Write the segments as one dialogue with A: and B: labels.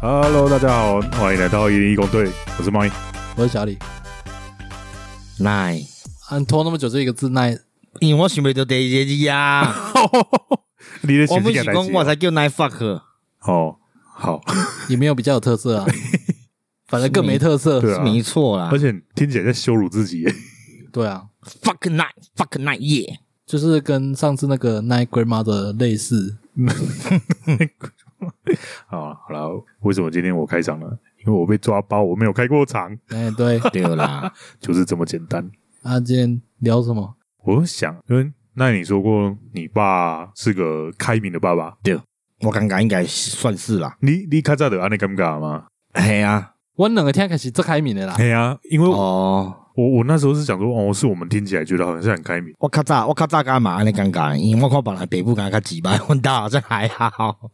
A: Hello，大家好，欢迎来到一零一公队，我是猫一。
B: 我是小李。
C: 奈，
B: 啊，你拖那么久这一个字，那
C: 因为我想袂到第二个字 啊，
A: 你的
C: 我
A: 前
C: 不
A: 是
C: 是
A: 干代
C: 讲我才啊叫奈 fuck，
A: 哦，好，
B: 也没有比较有特色啊，反正更没特色。
A: 对
C: 是
A: 啊，
C: 没错啦
A: 而且听起来在羞辱自己 耶。
B: 对啊，
C: ，fuck 奈，fuck 奈耶，
B: 就是跟上次那个 Night Grandmother 类似。
A: 好，好了，为什么今天我开场呢？因为我被抓包，我没有开过场，
B: 哎、对，
C: 对 啦，
A: 就是这么简单。
B: 啊，今天聊什么？
A: 我想，因为那你说过你爸是个开明的爸爸，
C: 我感觉应该算是啦，
A: 你啊你较早就安尼尴尬吗？
C: 嘿啊，
B: 我两个天开始最开明的啦。
A: 对啊，因为我
C: 哦，
A: 我那时候是想说，哦，是我们听起来觉得好像是很开明
C: 我较早我较早干嘛安尼尴尬，因为我看别人北部感觉较几摆，我大好像还好，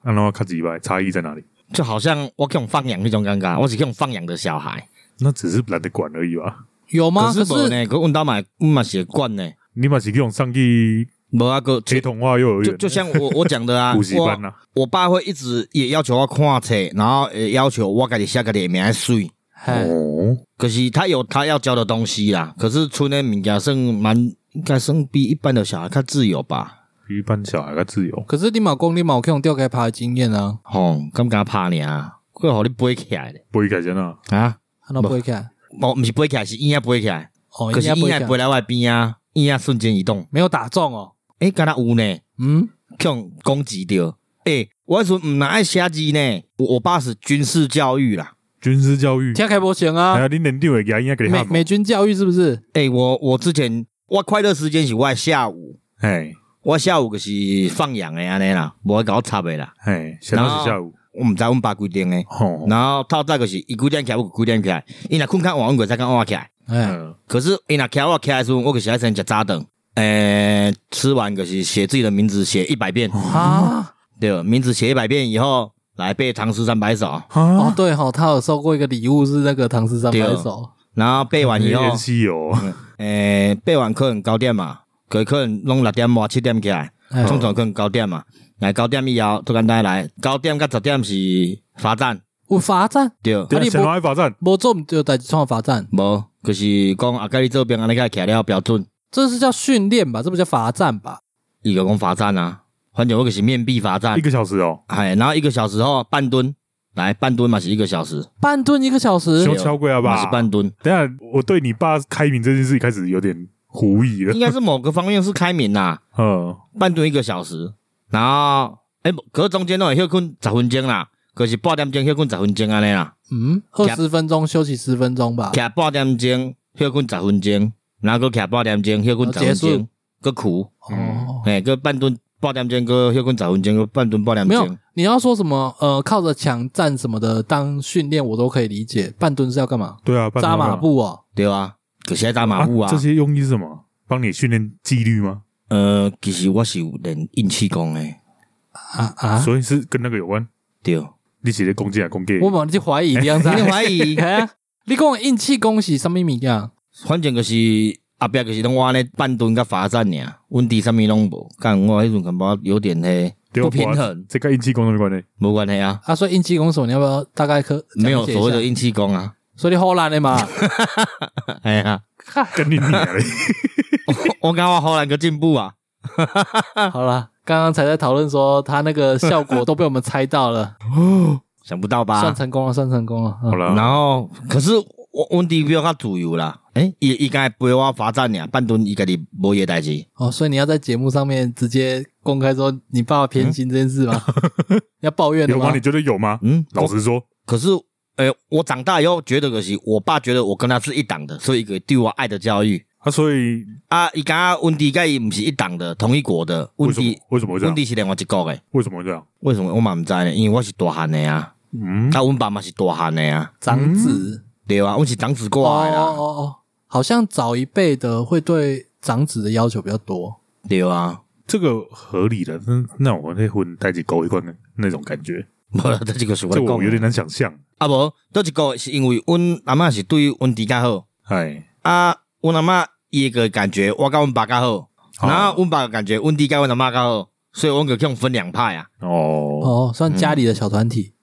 A: 啊，然后看几百差异在哪里？
C: 就好像我这种放养那种尴尬，我是这种放养的小孩，
A: 那只是懒得管而已吧。
B: 有吗？
C: 可是
B: 可
C: 无
B: 是
C: 呢，可问到买嘛是会管呢，
A: 你嘛是用上去
C: 无啊个
A: 学
C: 就
A: 童话幼儿
C: 就
A: 园、
C: 就像我我讲的 啊，
A: 补习
C: 我
A: 班呐、啊，
C: 我爸会一直也要求我看册，然后也要求我家己写家己的名字水。
B: 哎，
A: 哦，
C: 可是他有他要教的东西啦，可是村的物件算蛮应该算比一般的小孩较自由吧。
A: 比一般小孩较自由。
B: 可是你冇讲你冇用钓开爬的经验啊，
C: 吼、敢敢拍你啊？会互你飞起来的
A: 不会改真啊，
C: 啊？
B: 他都不会看。
C: 无，不是飞起来，是硬要飞起来。
B: 哦，
C: 可
B: 应
C: 是
B: 该不
C: 硬
B: 会
C: 要
B: 看
C: 飞，来外边啊，硬要瞬间移动。
B: 没有打中哦。
C: 诶、敢若有呢？
B: 嗯，
C: 向攻击着。诶、我迄阵毋若爱写字呢，我我爸是军事教育啦。
A: 军事教育，哎
B: 天开不行
A: 还
B: 啊
A: 有，你连定位给他应该给你
B: 美
A: 喊
B: 美军教育是不是？
C: 诶、我我之前我快乐时间是我的下午。
A: 哎
C: 我下午就是放养的安尼啦，无会甲我插的啦。
A: 哎，想到是下午，
C: 我毋知阮爸规定的，
A: 哦，
C: 然后透早就是伊几点起来，我就几点起来。伊若困较晚，我就再较晚起来。
B: 哎，
A: 嗯，
C: 可是伊若起来，我起来的时候，我就是爱先食早顿。诶、吃完就是写自己的名字，写一百
A: 哦
C: 遍，
B: 啊，
C: 对，名字写一百遍以后，来背唐诗三百首，
B: 哦
A: 啊，，
B: 对吼，他有收过一个礼物是那个唐诗三百首。
C: 然后背完以 后，
A: 言西有，
C: 啊诶、背完可能九点嘛，可可能拢六点半七点起来，
B: 哎
C: 通常可能九点嘛，来九点以后，最简单来，九点到十点是罚站，
B: 有罚站，
C: 对。
A: 对
B: 啊
A: 啊，
B: 你
A: 想
B: 不
A: 到爱罚站，
B: 无做就代志创罚站，
C: 无，就是讲啊，甲你这边安尼甲徛了标准，
B: 这是叫训练吧？这不叫罚站吧？
C: 伊就讲罚站啊，反正我就是面壁罚站
A: 一，个小时哦，
C: 哎，然后一个小时后半蹲，来半蹲嘛是一个小时，
B: 半蹲一个小时
A: 熊，敲贵啊
C: 嘛
A: 吧
C: 是？半蹲，
A: 等一下，我对你爸开明这件事开始有点狐疑了
C: 应，该是某个方面是开明啦，
A: 嗯，
C: 半蹲一个小时，然后哎、可是中间拢会休困十分钟啦，可、就是半点钟休困十分钟安尼啦，
B: 嗯，二十分钟休息十分钟吧。
C: 徛半点钟休困十分钟，然后佫徛半点钟休困十分
B: 结束
C: 钟，佫苦，
A: 嗯
B: 哦，
C: 哎、佫半蹲半点钟佫休困十分钟，佫半嗯蹲半点
B: 没
C: 钟
B: 有。，你要说什么？呃，靠着墙站什么的当训练，我都可以理解。半蹲是要干嘛？
A: 对啊，半
B: 扎
A: 马
B: 马步哦。
C: 对啊，就是爱打马步啊。
A: 这些用意是什么？帮你训练纪律吗？
C: 呃，其实我是有练硬气功的，
B: 啊啊！
A: 所以是跟那个有关。
C: 对。 你
A: 你写的攻击啊，攻击，
B: 我猛就怀疑你 样子。，
C: 怀疑
B: 哎你跟我硬气恭喜什么啊物件？
C: 反正就是后壁就是拢我咧半蹲甲罚站尔，阮弟啥物拢无，干我迄阵感觉有点嘿
A: 对啊
C: 不平衡，
A: 这跟运气工作没关系。
C: 无关系啊，
B: 啊，所以硬气攻什么？你要不要大概可
C: 没有所谓的
B: 的？
C: 硬气功啊，
B: 所以你好难的嘛？
C: 哎呀，
A: 跟你娘 嘞！
C: 我感觉荷兰个进步啊，
B: 好啦，刚刚才在讨论说他那个效果都被我们猜到了，
C: 想不到
B: 算
C: 吧？
B: 成功了，算成功了。嗯
A: 啊好了，
C: 然后可是我阮弟比我较自由啦，诶，伊伊敢会陪我罚站尔，半蹲伊家己无伊代志，
B: 哦，所以你要在节目上面直接公开说你爸爸偏心这件 事吗？要抱怨的
A: 有
B: 吗
A: 吗？你？觉得有吗？
C: 嗯，
A: 老实说，
C: 可是，诶、我长大以后觉得可惜，我爸觉得我跟他是一党的，所以给对我爱的教育
A: 啊，所以
C: 啊。伊讲温迪甲伊不是一党的，同一国的。温
A: 为什么
C: 迪
A: 为什么会这
C: 温
A: 样？
C: 迪是另外一国的，
A: 为什么会这样？
C: 为什么我嘛毋知呢？因为我是大汉的啊，
A: 嗯，
C: 啊，阮爸嘛是大汉的啊，
B: 长子、
C: 对啊，阮是长
A: 嗯
C: 子
B: 哦
C: 过来的
B: 哦
C: 啊，
B: 哦，好像早一辈的会对长子的要求比较多。
C: 对啊。
A: 这个合理的，那那我那混带起狗一罐的那种感觉，
C: 无啦，这一个是我
A: 这我有
C: 讲
A: 点
C: 的。
A: 难想象。
C: 啊无，倒一个是因为阮阿嬷是对阮弟较好，
A: 哎，
C: 啊，阮阿嬷伊个感觉我甲阮爸较
A: 哦
C: 好，然后阮爸的感觉阮弟甲阮阿嬷较好，所以阮个用分两派啊。
A: 哦，
B: 哦，算家里的小团体。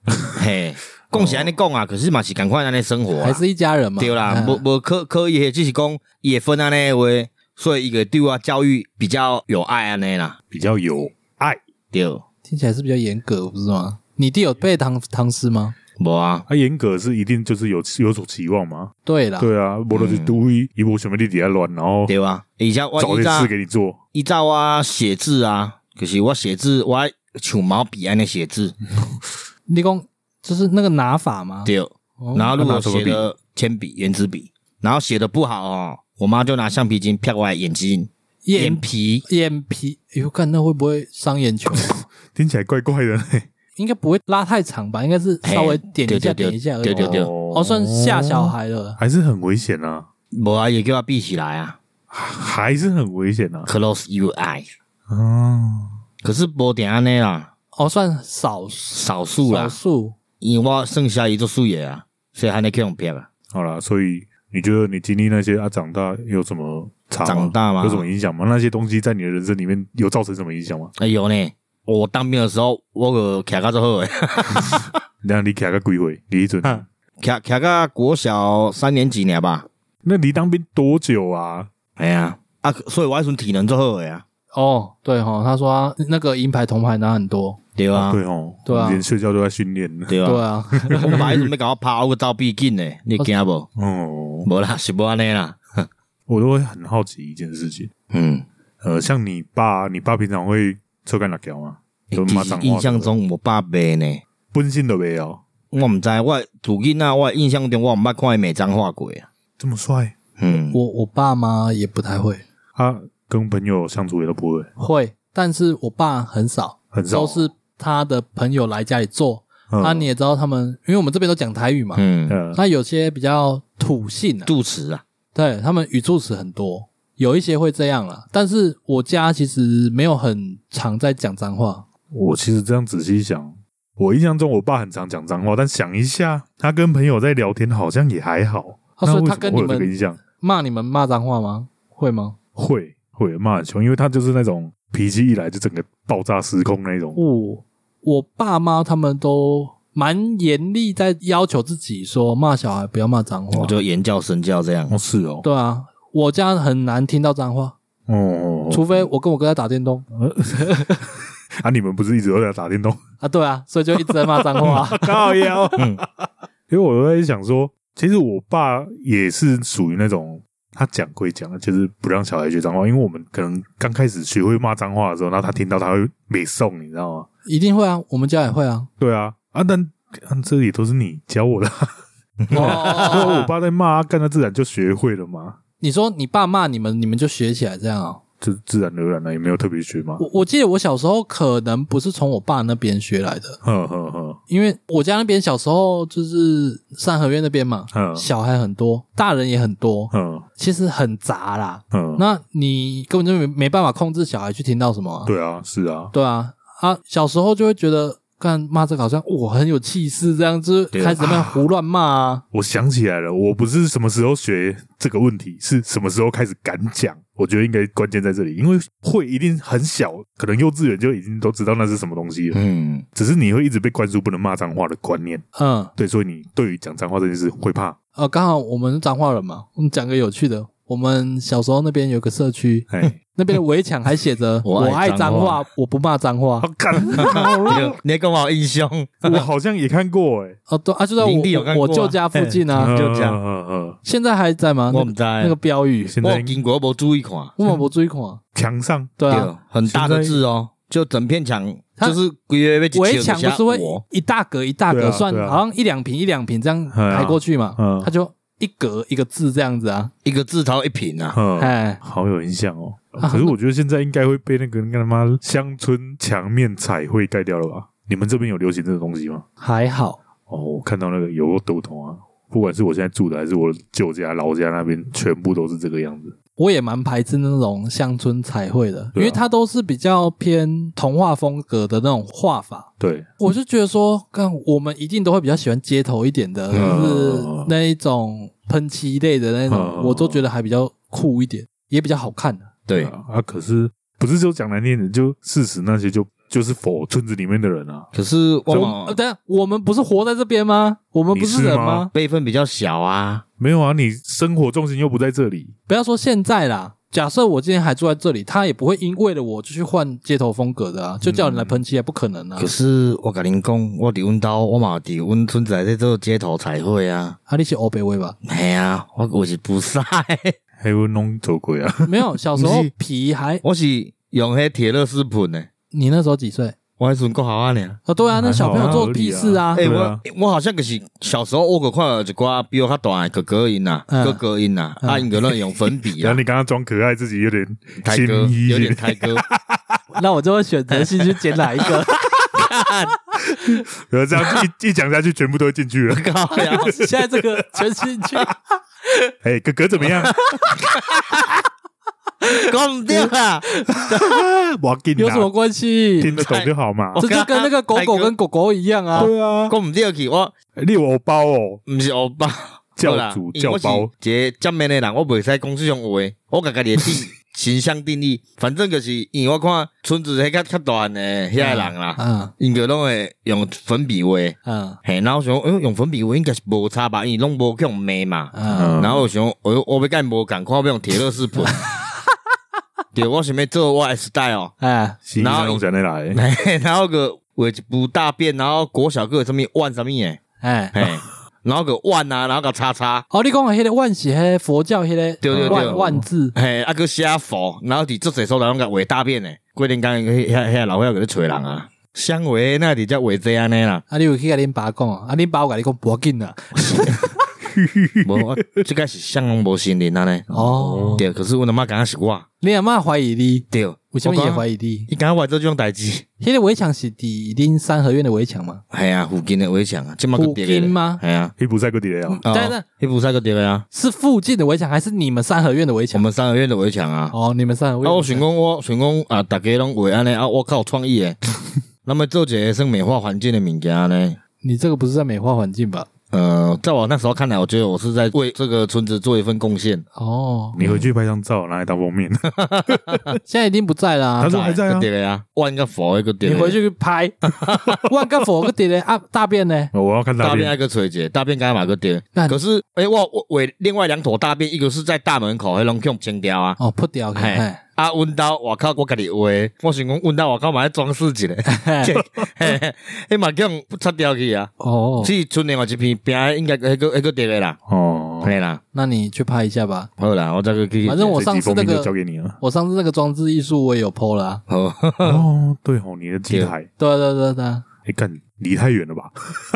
C: 嘿，讲是安尼讲啊，可是嘛是赶快安尼
A: 嗯
C: 生活啊
B: 还，是一家人嘛。
C: 对啦，
B: 嗯
C: 无无可可以，就是讲也分安尼的话，所以伊个对我教育比较有爱安尼啦，
A: 比较有爱。
C: 对，
B: 听起来是比较严格，不是吗？你弟有背唐唐诗吗？
C: 无啊，
A: 啊，严格是一定就是有有所期望嘛？
B: 对啦，
A: 对啊，无论是读一一部什么地底下乱，然后
C: 对啊，而且我
A: 找
C: 以
A: 点事
C: 前
A: 给你做，
C: 依照我写字啊，就是我写字，我爱像毛笔安尼写字，
B: 你讲就是那个拿法吗？
C: 对。
B: 哦
C: 然后如
A: 那拿
C: 果
A: 什么
C: 写的铅笔、圆珠笔，然后写的不好哦，我妈就拿橡皮筋啪我的眼睛、眼
B: 眼
C: 皮。
B: 眼皮，哎呦，看那会不会伤眼球？
A: 听起来怪怪的嘞。
B: 应该不会拉太长吧？应该是稍微点一下
C: 嘿对
B: 点一下而
C: 对
B: 已
C: 对。对，
B: 哦，算吓小，孩了。
A: 还是很危险啊，
C: 无啊，也叫我闭起来啊
A: 还是很危险啊。
C: ，close your eye。
A: 啊，
C: 可是无定安尼啦，
B: 哦，算少
C: 少数
B: 少
C: 啦，
B: 数。
C: 因为我剩下一座数也啊，所以还能去用别啊。
A: 好啦，所以你觉得你经历那些啊，长大有什么差吗？
C: 长大吗
A: 有什么影响吗？那些东西在你的人生里面有造成什么影响吗？
C: 哎呦呢，我当兵的时候，我个徛到最好 诶，
A: 那你卡个鬼回，你一准？
B: 哈
C: 徛徛到国小三年级呢吧？
A: 那你当兵多久啊？
C: 哎呀、啊，所以我迄阵体能最好诶啊，
B: 哦，对哈、哦，他说他那个银牌铜牌拿很多，
C: 对啊，
A: 对哦，
B: 对啊
A: 连睡觉都在训练呢。
C: 对啊。
B: 对啊，
C: 我们还准备搞我趴，我个照壁镜呢， 你惊无？
A: 哦，
C: 无啦，是无安尼啦。
A: 我都会很好奇一件事情，
C: 嗯，
A: 呃，像你爸，你爸平常会抽干辣椒吗？
C: 欸
A: 都
C: 其
A: 骂脏
C: 实
A: 话
C: 印象中我爸袂呢，
A: 本性都没有，
C: 我毋知我自囡仔，啊我印象中我毋捌看伊骂脏话过啊。
A: 这么帅，
C: 嗯，
B: 我我爸妈也不太会，
A: 他啊跟朋友相处也都不会，
B: 会，但是我爸很少，
A: 很少
B: 都是他的朋友来家里做。那、啊、
A: 嗯
B: 你也知道他们，因为我们这边都讲台语嘛，
C: 嗯，
A: 呃，
B: 那有些比较土性、啊，
C: 肚脐啊，
B: 对他们语助词很多，有一些会这样啦。但是我家其实没有很常在讲脏话，
A: 我其实这样仔细想，我印象中我爸很常讲脏话，但想一下，他跟朋友在聊天好像也还好。
B: 啊
A: 那
B: 所以
A: 为
B: 他
A: 什
B: 跟
A: 么会
B: 你
A: 有这个
B: 们
A: 印象？
B: 骂你们骂脏话吗？会吗？
A: 会会骂很凶，因为他就是那种脾气一来就整个爆炸失控那种。
B: 不、我爸妈他们都蛮严厉，在要求自己说骂小孩不要骂脏话
C: 我。就言教身教这样。
A: 哦，是哦，
B: 对啊，我家很难听到脏话，
A: 哦哦，哦
B: 除非我跟我哥在打电动
A: 啊，你们不是一直都在打电动？
B: 啊。对啊，所以就一直在骂脏 话。啊
A: 靠腰。
C: 嗯
A: 因为我都在想说，其实我爸也是属于那种他讲归讲，就是不让小孩学脏话。因为我们可能刚开始学会骂脏话的时候，然后他听到他会美送，你知道吗？
B: 一定会啊，我们家也会啊。
A: 对啊，啊，但啊这也都是你教我的。因为我
B: 哦，
A: 爸在骂，啊干他自然就学会了嘛，
B: 你说你爸骂你们，你们就学起来这样啊？
A: 就自然而然了，也没有特别学嘛。
B: 我我记得我小时候可能不是从我爸那边学来的，
A: 呵呵呵，
B: 因为我家那边小时候就是三合院那边嘛，
A: 嗯
B: 小孩很多，大人也很多，
A: 嗯
B: 其实很杂啦。
A: 嗯，
B: 那你根本就没没办法控制小孩去听到什么、啊，
A: 对啊，是啊，
B: 对啊啊！小时候就会觉得，看骂这个好像我很有气势，这样就是
C: 对啊
B: 开始在那边胡乱骂啊。
A: 我想起来了，我不是什么时候学这个问题，是什么时候开始敢讲。我觉得应该关键在这里，因为会一定很小，可能幼稚园就已经都知道那是什么东西了，
C: 嗯，
A: 只是你会一直被灌输不能骂脏话的观念。
B: 嗯，
A: 对，所以你对于讲脏话这件事会怕。
B: 呃，刚好我们是彰化人嘛，我们讲个有趣的。我们小时候那边有个社区，
A: 哎，
B: 那边的围墙还写着“
C: 我
B: 我爱
C: 爱脏
B: 脏
C: 话
B: 话，我不骂脏话
A: 好看，
C: 对你跟我有印象，
B: 啊
A: 我好像也看过哎，”。
B: 哦，对啊，就在我
C: 林地有看
B: 我我
C: 过啊
B: 舅家附近啊，
C: 就这样
A: 嗯嗯嗯，
B: 现在还在吗？那
C: 我毋
B: 个
C: 知。
A: 哎
B: 那个 标语，
A: 现
C: 我
A: 在
C: 有经过无注意看，
B: 我们不注意看啊，
A: 墙上
B: 对啊，
C: 对，很大的字哦，就整片墙，
B: 它
C: 就是规个被
B: 围墙不是会一大格一大
A: 对啊
B: 格算
A: 对，啊
B: 好像一两平一两平这样
A: 哎呀
B: 排过去嘛
A: 嗯，
B: 它就一格一个字这样子啊，
C: 一个字头一品啊。
A: 嗯
B: 哎，
A: 好有印象哦。可是我觉得现在应该会被那个那个他妈乡村墙面彩绘盖掉了吧？你们这边有流行这个东西吗？
B: 还好，
A: 哦，我看到那个有个斗篷啊，不管是我现在住的还是我舅家、老家那边，全部都是这个样子。
B: 我也蛮排斥那种乡村彩绘的，因
A: 对啊
B: 为它都是比较偏童话风格的那种画法。
A: 对，
B: 我就觉得说，看我们一定都会比较喜欢街头一点的，就
A: 嗯
B: 是那一种喷漆类的那种，
A: 嗯
B: 我都觉得还比较酷一点，也比较好看的。
A: 啊
C: 对，
A: 啊，可是不是就讲难听点，就事实那些就就是否村子里面的人啊，
C: 可是
A: 就
C: 往
B: 呃，等一下我们不是活在这边吗？我们不
A: 你是
B: 人
A: 吗
B: 吗？
C: 辈分比较小啊，
A: 没有啊，你生活重心又不在这里，
B: 不要说现在啦，假设我今天还住在这里，他也不会因为了我就去换街头风格
A: 嗯
B: 的啊，就叫你来喷漆也不可能啊
C: 可。是我甲恁讲，我伫阮兜，我嘛伫阮村子内底做街头彩绘啊，
B: 啊，你是欧北威 吧？
C: 嘿啊，我我是不晒，
A: 还有弄走鬼啊，
B: 没有，小时候
C: 不是
B: 皮还
C: 我是用迄铁乐丝盆诶，
B: 你那时候几岁？
C: 我迄阵够好啊呢。
B: 哦，对啊，那小朋友做屁事啊
A: 还好啊合理啊！
C: 诶、
A: 对
C: 我我好像就是小时候我个看到一寡比我较大诶哥哥因呐，
B: 嗯
C: 哥哥因呐，
B: 嗯
C: 啊因个拢用粉笔
A: 然
C: 啊
A: 后，你刚刚装可爱，自己有点
C: 台
A: 心
C: 哥
A: 一
C: 有点台 哥，
B: 哎那我就会选择性去捡哪一个。
A: 然后这样一一讲下去，全部都会进去 了。
C: 靠呀！
B: 现在这个全 进去，
A: 哎，哥哥怎么样？
C: 讲唔对啊，
A: 我给你
B: 有什么关系
A: 听？得懂就好 嘛。
B: 这就跟那个狗狗跟狗狗一样啊！
A: 对啊，
C: 讲唔对去，我
A: 你有欧包哦，
C: 毋是欧巴
A: 教主教包，，
C: 因为我是一个正面诶人，我袂使讲即种话，我家家己诶定形象定义，反正就是因为我看村子迄较较大汉诶遐个人啦，
A: 啊
B: 嗯
C: 因个拢会用粉笔画，
B: 嗯
C: 嘿，然后想，哎、呦，用粉笔画应该是无差吧，因为拢无去用骂嘛，
B: 嗯，
A: 嗯
C: 然后我想，哎呦，我要甲因无共看，我要用铁乐视 盆，对，我想要做我诶 style 哦。
B: 哎，
A: 洗衣裳用起来来，
C: 嘿然后个画一部大便，然后国小个什么万什么诶，
B: 哎，
C: 嘿，然后个万啊，然后个叉叉，
B: 哦，你讲的迄个万喜，迄个佛教，迄
C: 对对
B: 个呃
C: 对
B: 万万字，
C: 嘿，啊个写佛，然后伫做水手来拢个画大便诶，过年间遐遐老伙仔个咧找人啊，相画的那伫遮画这安尼
B: ，
C: 啦
B: 啊，你有去甲恁爸讲啊？啊，恁爸有甲你讲不要紧啊啦。
C: 无我即个是相拢无信任安尼，
B: 哦，
C: 对，可是阮阿妈感觉是我，
B: 你阿嬷怀疑你，
C: 对，
B: 为什么也怀
C: 疑？
B: 疑你？
C: 伊感觉我啊做即种代志，
B: 迄个围墙是伫恁三合院的围墙吗？
C: 系啊，附近的围墙啊，即马个
B: 附近吗
C: 系啊，
A: 黑不赛过底了。
C: 哦
B: 但是
C: 迄部赛个对个啊，
B: 是附近的围墙，还是你们三合院的围
C: 我
B: 墙？
C: 们三合院的围墙啊，
B: 哦，你们三合
C: 啊，
B: 院。
C: 我想讲，我想讲啊，大家拢画安尼啊，我较有创意诶。那么做一个算美化环境的物件呢？
B: 你这个不是在美化环境吧？
C: 呃，在我那时候看来，我觉得我是在为这个村子做一份贡献。
B: 哦，
A: 你回去拍张照，拿来当封面。
B: 现在已经不在啦、
A: 他说还啊在啊
C: 个对呀，万个佛一个对。
B: 你回去 拍，万个佛个点嘞啊，大便呢？
A: 我要看
C: 大
A: 大
C: 便一
A: 便，
C: 个垂结，大便该嘛个对
B: 干。
C: 可是，诶，我我我另外两坨大便，一个是在大门口，还拢用清掉啊。
B: 哦，扑掉去，
C: 嘿
B: 嘿
C: 啊，阮兜外口我家己画，我想讲阮兜外口嘛要装饰一下，
B: 嘿
C: 嘿嘿，迄嘛叫擦掉去啊。
B: 哦，
C: 是村另外一片边应该迄个迄个对个啦，
A: 哦，
C: 嘿啦。
B: 那你去拍一下吧。
C: 好啦，我再去去。
B: 反正我
A: 这
B: 上
A: 集
B: 次
A: 封
B: 那
A: 面就
B: 个
A: 交，给你 了。
B: 我上次那个装置艺术我也有 PO 了、啊。
C: 好，
A: 哦，对哦，你的机台，
B: 对对对 对啊，
A: 哎，看离太远了吧？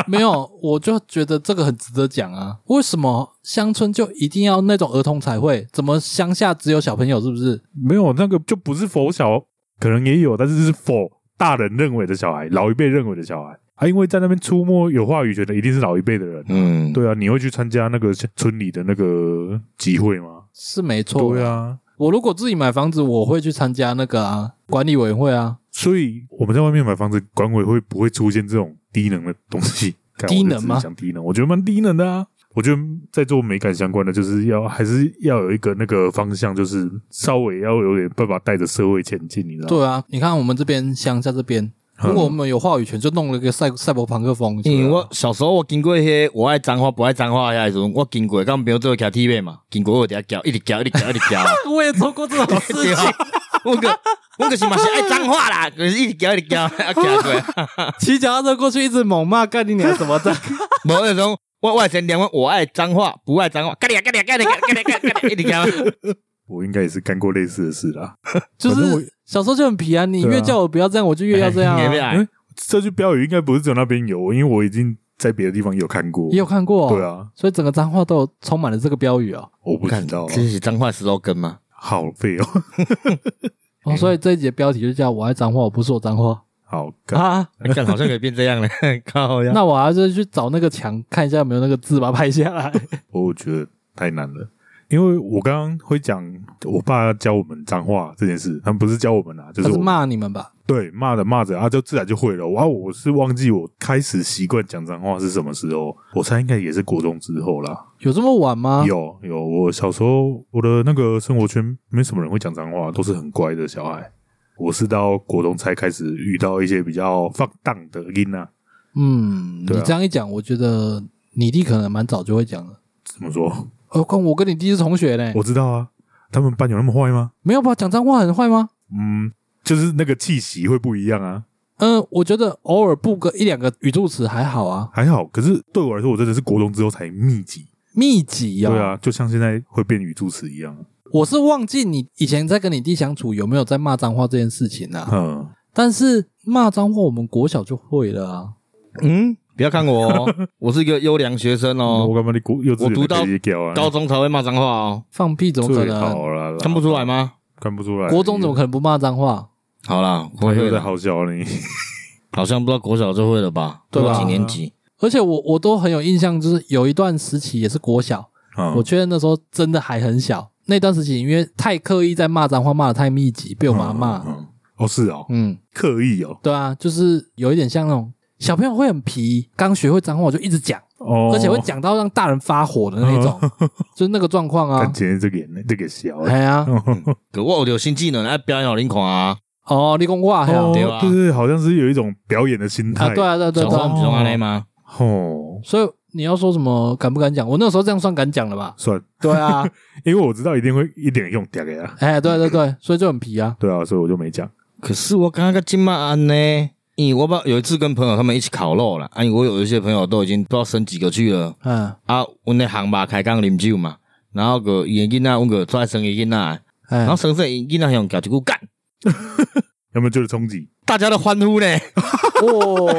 B: 没有，我就觉得这个很值得讲啊。为什么乡村就一定要那种儿童彩绘？怎么乡下只有小朋友？是不是？
A: 没有，那个就不是否小，可能也有，但是是否大人认为的小孩，老一辈认为的小孩。啊，因为在那边出没有话语权的一定是老一辈的人。
C: 嗯，
A: 对啊，你会去参加那个村里的那个集会吗？
B: 是没错。
A: 对，啊，
B: 我如果自己买房子，我会去参加那个啊管理委员会啊，
A: 所以我们在外面买房子，管委会不会出现这种低能的东西。干
B: 低能
A: 我就只
B: 吗
A: 是讲低能，我觉得蛮低能的啊。我觉得在做美感相关的，就是要还是要有一个那个方向，就是稍微要有点办法带着社会前进，你知道吗？
B: 对啊，你看我们这边乡下这边，
A: 嗯
B: 如果我们有话语权，就弄了一个赛赛博朋克风。
C: 因为我小时候我经过迄个我爱脏话不爱脏话遐时阵，我经过，跟朋友做徛 T V 嘛，经过我伫遐叫，一直叫，一直叫，一直 叫。
B: 我也做过这种事
C: 对啊，我个我个是嘛是爱脏话啦，可是一直叫，一直叫，啊叫过。
B: 骑脚踏车过去一直猛骂，干你娘什么 的，
C: 无那种我我先连问我爱脏话不爱脏话，干你啊干你啊干你啊干你啊干你啊干你啊，一直 叫。
A: 我应该也是干过类似的事啦。
B: 就
A: 反正我
B: 是小时候就很皮啊。你
A: 对啊
B: 越叫我不要这样，我就越要 这样、
C: 嘿 你也
B: 啊。
C: 要爱
A: 这句标语应该不是只有那边有，因为我已经在别的地方有看过。
B: 也有看过、
A: 对，啊，
B: 所以整个脏话都有充满了这个标语哦。
A: 我不知道啊，
C: 这是脏话 slogan 吗？
A: 好废哦， 嗯
B: 哦，所以这一节标题就叫“我爱脏话，我不说脏话
A: 好”干。
B: 啊。
C: 看好像可以变 这样了，靠
A: 啊
C: 呀！
B: 那我还是去找那个墙看一下有没有那个字，把它拍下 来。
A: 我觉得太难了。因为我刚刚会讲，我爸教我们脏话这件事，他们不是教我们啊，就
B: 他
A: 是
B: 是
A: 我
B: 骂你们吧？
A: 对骂着骂着啊，就自然就会了。哇，我是忘记我开始习惯讲脏话是什么时候，我猜应该也是国中之后啦。
B: 有这么晚吗？
A: 有有，我小时候我的那个生活圈没什么人会讲脏话，都是很乖的小孩。我是到国中才开始遇到一些比较放荡的音啊。
B: 嗯，
A: 对啊
B: 你这样一讲，我觉得你弟可能蛮早就会讲了。
A: 怎么说？
B: 何况我跟你弟是同学呢，
A: 我知道啊，他们班有那么坏吗？
B: 没有吧？讲脏话很坏吗？
A: 嗯，就是那个气息会不一样啊。
B: 嗯，我觉得偶尔布个一两个语助词还好啊。
A: 还好，可是对我来说，我真的是国中之后才密集。
B: 密集啊，
A: 对，啊，就像现在会变语助词一样。
B: 我是忘记你以前在跟你弟相处有没有在骂脏话这件事情啊。
A: 嗯，
B: 但是骂脏话，我们国小就会了啊。
C: 嗯，不要看我哦，我是一个优良学生哦
A: 我，感觉你国幼稚
C: 我读
A: 园
C: 到
A: 直接教啊，
C: 高中才会骂脏话哦，
B: 放屁怎么可
A: 最
B: 能？
A: 好了啦，
C: 看不出来吗？
A: 看不出来。
B: 国中怎么可能不骂脏话？
C: 好啦，
A: 我
C: 会
A: 又
C: 会
A: 在
C: 的，
A: 好笑你？
C: 好像不知道国小就会了吧？
B: 对吧
C: 几年级？
B: 而且我我都很有印象，就是有一段时期也是国小，
A: 嗯
B: 我确认那时候真的还很小。那段时期因为太刻意在骂脏话，骂的太密集，被我妈
A: 嗯
B: 骂。
A: 嗯嗯哦，是哦，
B: 嗯，
A: 刻意哦，
B: 对啊，就是有一点像那种小朋友会很皮，刚学会脏话我就一直讲，
A: 哦，
B: 而且会讲到让大人发火的那 种，就是那个状况啊
A: 看。今天这个眼这个小
B: 哎呀，
A: 嗯
C: 可我有新技能，哎，表演好灵狂啊！
B: 哦，立功话呀
A: 哦，
C: 对啊
A: 对对，好像是有一种表演的心态
B: 啊，对啊，对啊对啊
C: 小
B: 对
C: 时
B: 啊
C: 候不是安尼吗？
A: 哦，？
B: 所以你要说什么敢不敢讲？我那时候这样算敢讲了吧
A: 算，
B: 对啊，
A: 因为我知道一定会一点用掉给他，
B: 哎，对对对，所以就很皮啊。
A: 对啊，所以我就没讲。
C: 可是我刚刚金马安呢，因为我把有一次跟朋友他们一起烤肉了，啊，因为我有一些朋友都已经不知道升几个去了
B: 嗯，
C: 啊，阮那行吧开讲啉酒嘛，然后个伊的囡仔，阮个出来生伊囡仔，
B: 哎
C: 然 后，生说伊囡仔用搞一句干，
A: 有没有觉得冲击？
C: 大家都欢呼呢，
B: 哦，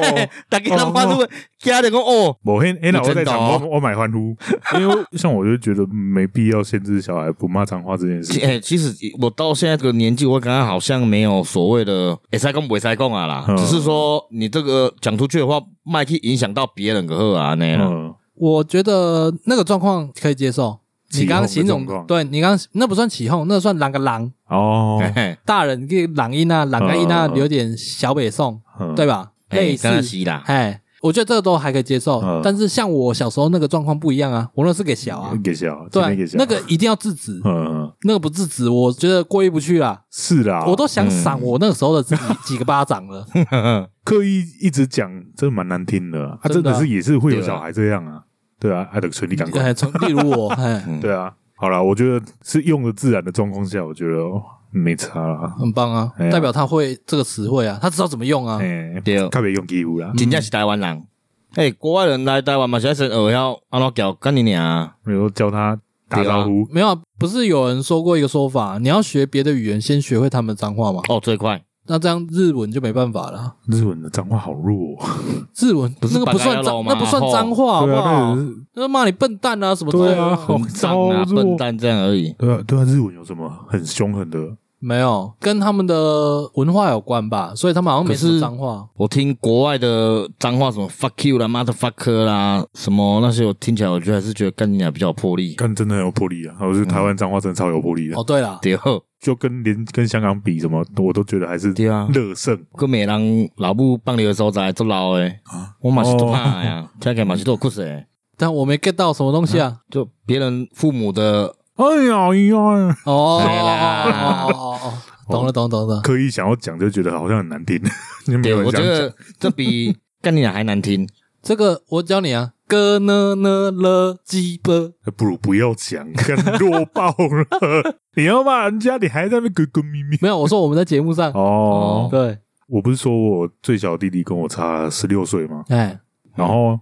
C: 大家都欢呼，家人讲哦，
A: 我嘿，哎，那我在场，
C: 真的哦
A: 我我买欢 呼，因为像我就觉得没必要限制小孩不骂脏话这件事
C: 其。哎，其实我到现在这个年纪，我感觉好像没有所谓的会塞讲不塞讲啊啦，
A: 嗯
C: 只是说你这个讲出去的话，麦去影响到别人个好啊
B: 哎
C: 那样。
A: 嗯，
B: 我觉得那个状况可以接受。你刚刚
A: 起
B: 形
A: 哄的
B: 容
A: 状况，
B: 对你刚刚那不算起哄，那算狼个狼，
A: 哦，
B: 哎
C: 嘿嘿
B: 大人给狼音啊，狼个音啊，
A: 嗯嗯嗯
B: 有点小北宋，
A: 嗯
B: 对吧？类似
C: 嘿，当然是啦，
B: 哎，我觉得这个都还可以接受
A: 嗯。
B: 但是像我小时候那个状况不一样啊，我那是给小啊，
A: 给小，今
B: 对
A: 嗯
B: 啊
A: 天给，小
B: 那个一定要制止，
A: 嗯，
B: 那个不制止，我觉得过意不去啊啦。
A: 是啦，
B: 我都想赏我那个时候的自己几个巴掌了。
A: 刻意一直讲，真的蛮难听的啊，啊真
B: 真的
A: 的
B: 啊
A: 是也是会有
C: 对啊
A: 小孩这样啊，对啊，爱的吹你赶快，
B: 哎，从例如我，哎，
C: 嗯
A: 对啊，好啦，我觉得是用的自然的状况下，我觉得哦没差啦，
B: 很棒啊
A: 哎，呀
B: 代表他会这个词汇啊，他知道怎么用啊。
A: 哎，
C: 对
A: 特别用义务
B: 嗯
A: 啦，
C: 真正是台湾人。诶、国外人来台湾嘛是爱先学晓安怎叫干你娘。啊
A: 比如说教他打
C: 对啊
A: 招呼，
B: 没有啊，不是有人说过一个说法，你要学别的语言，先学会他们的脏话吗？
C: 哦，最快
B: 那这样日文就没办法了。
A: 日文的脏话好弱哦，
B: 日文
C: 不是
B: 那个不算
C: 板牙佬
B: 脏，
C: 吗
B: 那不算脏话，好
A: 对
B: 不
A: 啊，那
B: 好
A: 也？是
B: 那骂你笨蛋啊什么之类
A: 对啊
B: 的。
A: 好
C: 很脏啊，
A: 糟弱
C: 笨蛋这样而已。
A: 对啊，对啊，日文有什么很凶狠的？
B: 没有，跟他们的文化有关吧，所以他们好像没什
C: 可
B: 么
C: 是
B: 脏话。
C: 我听国外的脏话，什么 fuck you 啦、motherfucker 啦，什么那些，我听起来我觉得还是觉得干你娘比较有魄力。
A: 看真的很有魄力啊！我觉得台湾脏话真的超有魄力的，
B: 哦，对啦，
C: 对
A: 就跟连跟香港比什么，我都觉得还是
C: 对啊，
A: 乐胜。
C: 个美人老母放你的所在做老诶，
A: 啊
C: 我嘛是做怕
A: 哦
C: 呀，听起来嘛是做酷诶，
B: 但我没 get 到什么东西啊。
C: 就别人父母 的
A: 哎呀哎呀，
B: 哦哦
C: 对啦
B: 哦哦哦哦，懂了懂了懂了。
A: 刻意想要讲就觉得好像很难听， 就没
C: 对，
A: 有人
C: 我觉
A: 想讲
C: 得这比干你娘还 难听。
B: 这个我教你啊，哥呢呢了鸡巴，
A: 哎不如不要讲，更弱爆了。 你要骂人家，你还在那边滚滚咪 咪。
B: 没有，我说我们在节目上，
A: 哦，
B: 对，
A: 我不是说我最小弟弟跟我差十六岁吗？
B: 哎，
A: 然后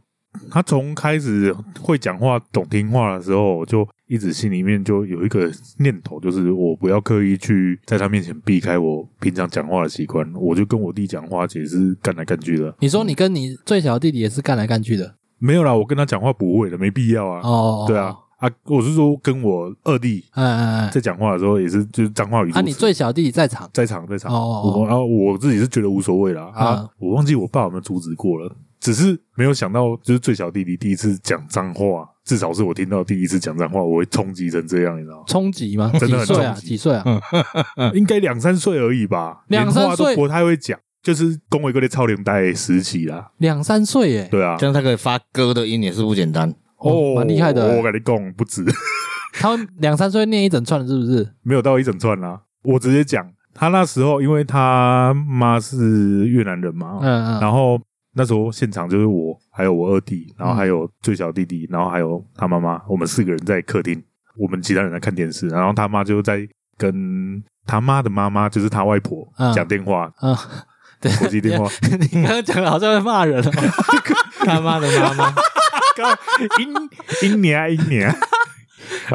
A: 他从开始会讲话、懂听话的时候，我就一直心里面就有一个念头，就是我不要刻意去在他面前避开我平常讲话的习惯。我就跟我弟讲话，也是干来干去的。
B: 你说你跟你最小的弟弟也是干来干去的，
A: 没有啦，我跟他讲话不会的，没必要啊。
B: 哦，
A: 对啊，，啊，我是说跟我二弟
B: 哎哎哎，
A: 在讲话的时候，也是就是脏话语助词。
B: 啊，你最小的弟弟在场，
A: 在场在场，
B: 哦
A: 啊我然后我自己是觉得无所谓啦啊
B: 嗯，
A: 我忘记我爸有没有阻止过了，只是没有想到就是最小弟弟第一次讲脏话，至少是我听到第一次讲脏话，我会冲击成这样，你知道吗？
B: 冲击吗？
A: 真
B: 几
A: 的很
B: 岁啊？
A: 冲击嗯
B: 几岁啊？
A: 应该两三岁而已吧，
B: 两
A: 连话
B: 三岁
A: 都不太会讲，就是恭维哥的超龄带时期啦，
B: 两三岁耶，
A: 对啊
C: 这，样他可以发歌的音也是不简 单。
B: 哦蛮厉害的
A: 我跟你讲，不止
B: 他们两三岁念一整串的是不是？
A: 没有到一整串啦，我直接讲他那时候因为他妈是越南人嘛，哦
B: 嗯嗯
A: 然后那时候现场就是我，还有我二弟，然后还有最小弟弟，然后还有他妈妈，我们四个人在客厅，我们其他人在看电视，然后他妈就在跟他妈的妈妈，就是他外婆
B: 嗯
A: 讲电话，
B: 嗯，对，
A: 国际 电话，
B: 你刚刚讲的好像在 骂人哦，
C: 他妈的妈妈，
A: 英英年啊英年啊，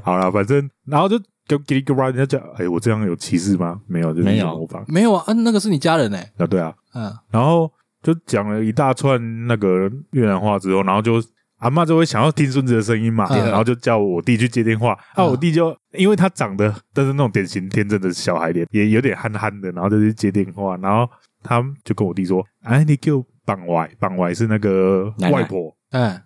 A: 好了，反正然后就就叽里咕啦，人家讲，哎，我这样有歧视吗？没有，就是
C: 没
A: 一
C: 有
A: 种模仿
B: 没有啊，嗯，那个是你家人哎，
A: 啊，对啊，
B: 嗯
A: 然后就讲了一大串那个越南话之后，然后就阿嬷就会想要听孙子的声音嘛，
B: 嗯
A: 然后就叫我弟去接电话。啊，
B: 嗯
A: 我弟就因为他长得但是那种典型天真的小孩脸，也有点憨憨的，然后就去接电话，然后他就跟我弟说：“哎，你给我绑歪，绑歪是那个
C: 奶奶
A: 外婆，
B: 嗯
C: 哎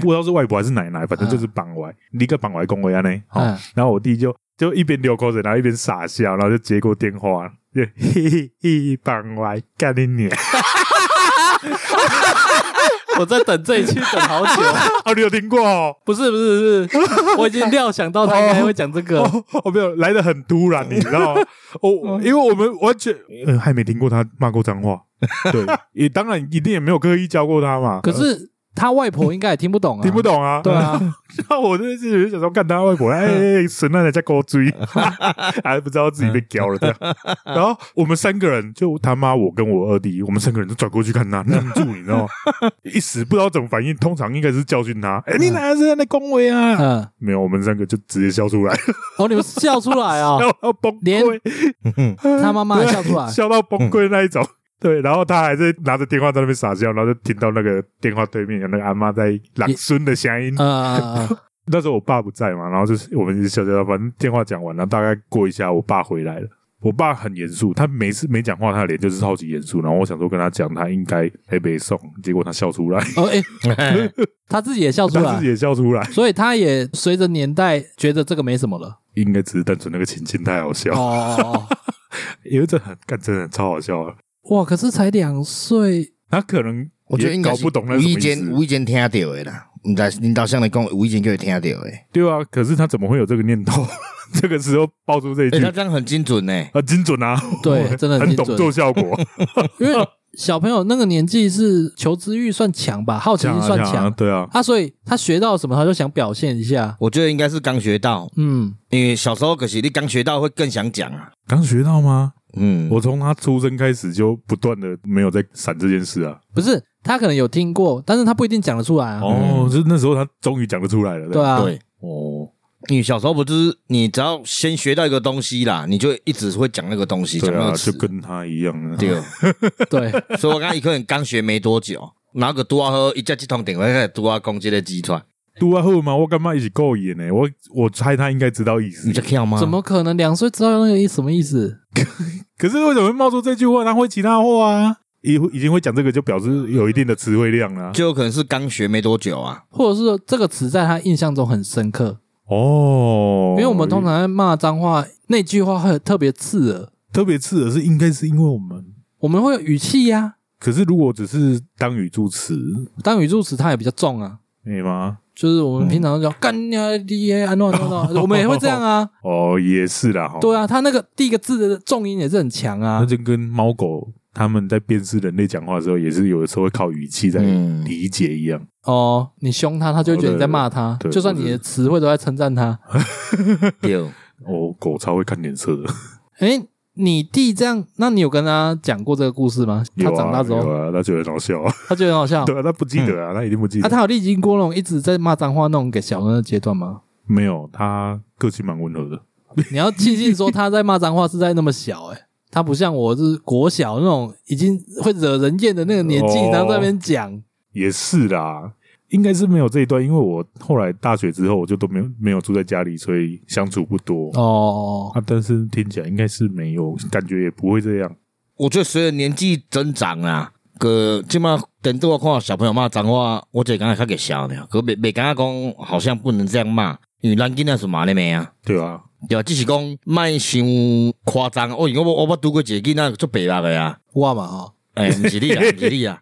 A: 不知道是外婆还是奶奶，反正就是绑歪，你个绑歪公维安呢。”哦，
B: 嗯，
A: 然后我弟就就一边流口水，然后一边傻笑，然后就接过电话，就嘿嘿嘿，绑歪干你娘！
B: 我在等这一期等好久，
A: 哦，你有听过哦？
B: 不是不是不是，我已经料想到他应该会讲这个，
A: 哦， 哦没有，来的很突然，你知道 吗？哦，因为我们完全、呃、还没听过他骂过脏话， 对，也当然一定也没有刻意教过他嘛。呃
B: 可是他外婆应该也听不懂啊，
A: 听不，懂啊，
B: 对啊，
A: 那我真的是想说，干他外婆， 哎哎，哎神啊，人家给我追， 还不知道自己被屌 了这样。然后我们三个人，就他妈我跟我二弟，我们三个人就转过去 看他，愣住，你知道吗？一时不知道怎么反应，通常应该是教训他，哎， 你哪是在那恭维啊？
B: 嗯，
A: 没有，我们三个就直接笑出来，
B: 哦，你们笑出来 哦，
A: 然后要崩
B: 连
A: 溃。
B: 他妈妈还笑出
C: 啊
B: 来，
A: 笑到崩溃那一种。 对，然后他还是拿着电话在那边傻笑，然后就听到那个电话对面有那个阿妈在朗孙的声音。
B: 嗯嗯嗯
A: 那时候我爸不在嘛，然后就是我们就笑笑笑，反正电话讲完了，大概过一下，我爸回来了。我爸很严肃，他每次没讲话，他的脸就是超级严肃。然后我想说跟他讲，他应该还没送，结果他笑出来，
B: 哦，哎，他自己也笑出
A: 他自
B: 来
A: 己，也笑出来，
B: 所以他也随着年代觉得这个没什么了。
A: 应该只是单纯那个情境太好笑，
B: 哦，哦哦
A: 因为这很干，真的超好笑啊。
B: 哇，可是才两岁，
A: 他可能
C: 我觉得
A: 也
C: 应该
A: 搞
C: 是
A: 不懂那
C: 无
A: 是什么
C: 意
A: 意
C: 间
A: 思，
C: 无意间听到的啦，毋知领导向来讲无意间叫伊听 到的。哎
A: 对啊，可是他怎么会有这个念头？ 这个时候爆出这一句
C: 哎，，他这样很精准呢。
A: 很精准啊！
B: 对真的
A: 很
B: 很精
A: 懂
B: 准
A: 做效 果，
B: 因为小朋友那个年纪是求知欲算强吧，好奇 心算
A: 讲啊
B: 强
A: 对啊，
B: 啊，所以他学到什么他就想表现一下。
C: 我觉得应该是刚学到，
B: 嗯，
C: 因为小时候可是你刚学到会更想讲啊。
A: 刚学到吗？
C: 嗯，
A: 我从他出生开始就不断的没有在闪这件事啊。
B: 不是，他可能有听过，但是他不一定讲得出来啊。
C: 嗯
A: 哦，就是那时候他终于讲得出来了。
B: 对啊，
C: 对，
A: 哦，
C: 因为小时候不就是你只要先学到一个东西啦，你就一直会讲那个东西，讲
A: 对
C: 那
A: 啊，
C: 个
A: 就
C: 词。
A: 跟他一样啊。
C: 对，
B: 对，
C: 所以我刚一个人刚学没多久，然后个拄啊好，一接这通电话开始拄啊讲这个鸡串，
A: 读完啊后嘛，我干嘛一起够演呢？我我猜他应该知道意思
C: 你在，跳
A: 嗯
C: 吗？
B: 怎么可能两岁知道那个意什么意思？
A: 可是为什么会冒出这句话？他会其他话啊，已已经会讲这个，就表示有一定的词汇量了啊。
C: 就有可能是刚学没多久啊？
B: 或者是说这个词在他印象中很深刻，
A: 哦，
B: 因为我们通常在骂脏话，那句话会特别刺耳，
A: 特别刺耳是应该是因为我们
B: 我们会有语气呀、
A: 可是如果只是当语助词，
B: 当语助词它也比较重啊。
A: 你吗？
B: 就是我们平常叫干啊呀滴呀安诺安诺 安诺，我们也会这样啊。
A: 哦，也是啦，哈。
B: 对啊，它那个第一个字的重音也是很强
A: 那
B: 啊。
A: 就跟猫狗他们在辨识人类讲话的时候，也是有的时候会靠语气在
C: 嗯
A: 理解一样。
B: 哦，你凶他，他就会觉得你在骂他
A: 对对，对
B: 就算你的词汇都在称赞他。
C: 对，
A: 哦，狗超会看脸色的，
B: 诶，你弟这样，那你有跟他讲过这个故事吗？他
A: 有
B: 长大
A: 啊
B: 之
A: 有
B: 后，
A: 啊，他觉得很好笑啊。
B: 他觉得很好笑。
A: 对啊，他不记得啊，他一定不记
B: 啊，
A: 得。
B: 他有历经过那种一直在骂脏话那种给小人的阶段吗？
A: 没有，他个性蛮温和的。
B: 你要庆幸说他在骂脏话是在那么小、欸，他不像我是国小那种已经会惹人厌的那个年纪，
A: 哦
B: 然后在那边讲，
A: 也是啦，应该是没有这一段，因为我后来大学之后我就都没有没有住在家里，所以相处不多。
B: 哦，
A: 啊，但是听起来应该是没有，感觉也不会这样。
C: 我觉得随着年纪增长啦，个即马等到我看到小朋友骂脏话，我就感觉较给笑呢。可袂袂感觉讲好像不能这样骂，因为咱囡仔是骂咧咩啊？
A: 对啊，
C: 对啊，只是讲卖伤夸张。哦，因为我我捌拄过一个囡仔做白目的啊，
B: 哇嘛哦，
C: 诶、毋是你啊，毋是你啊，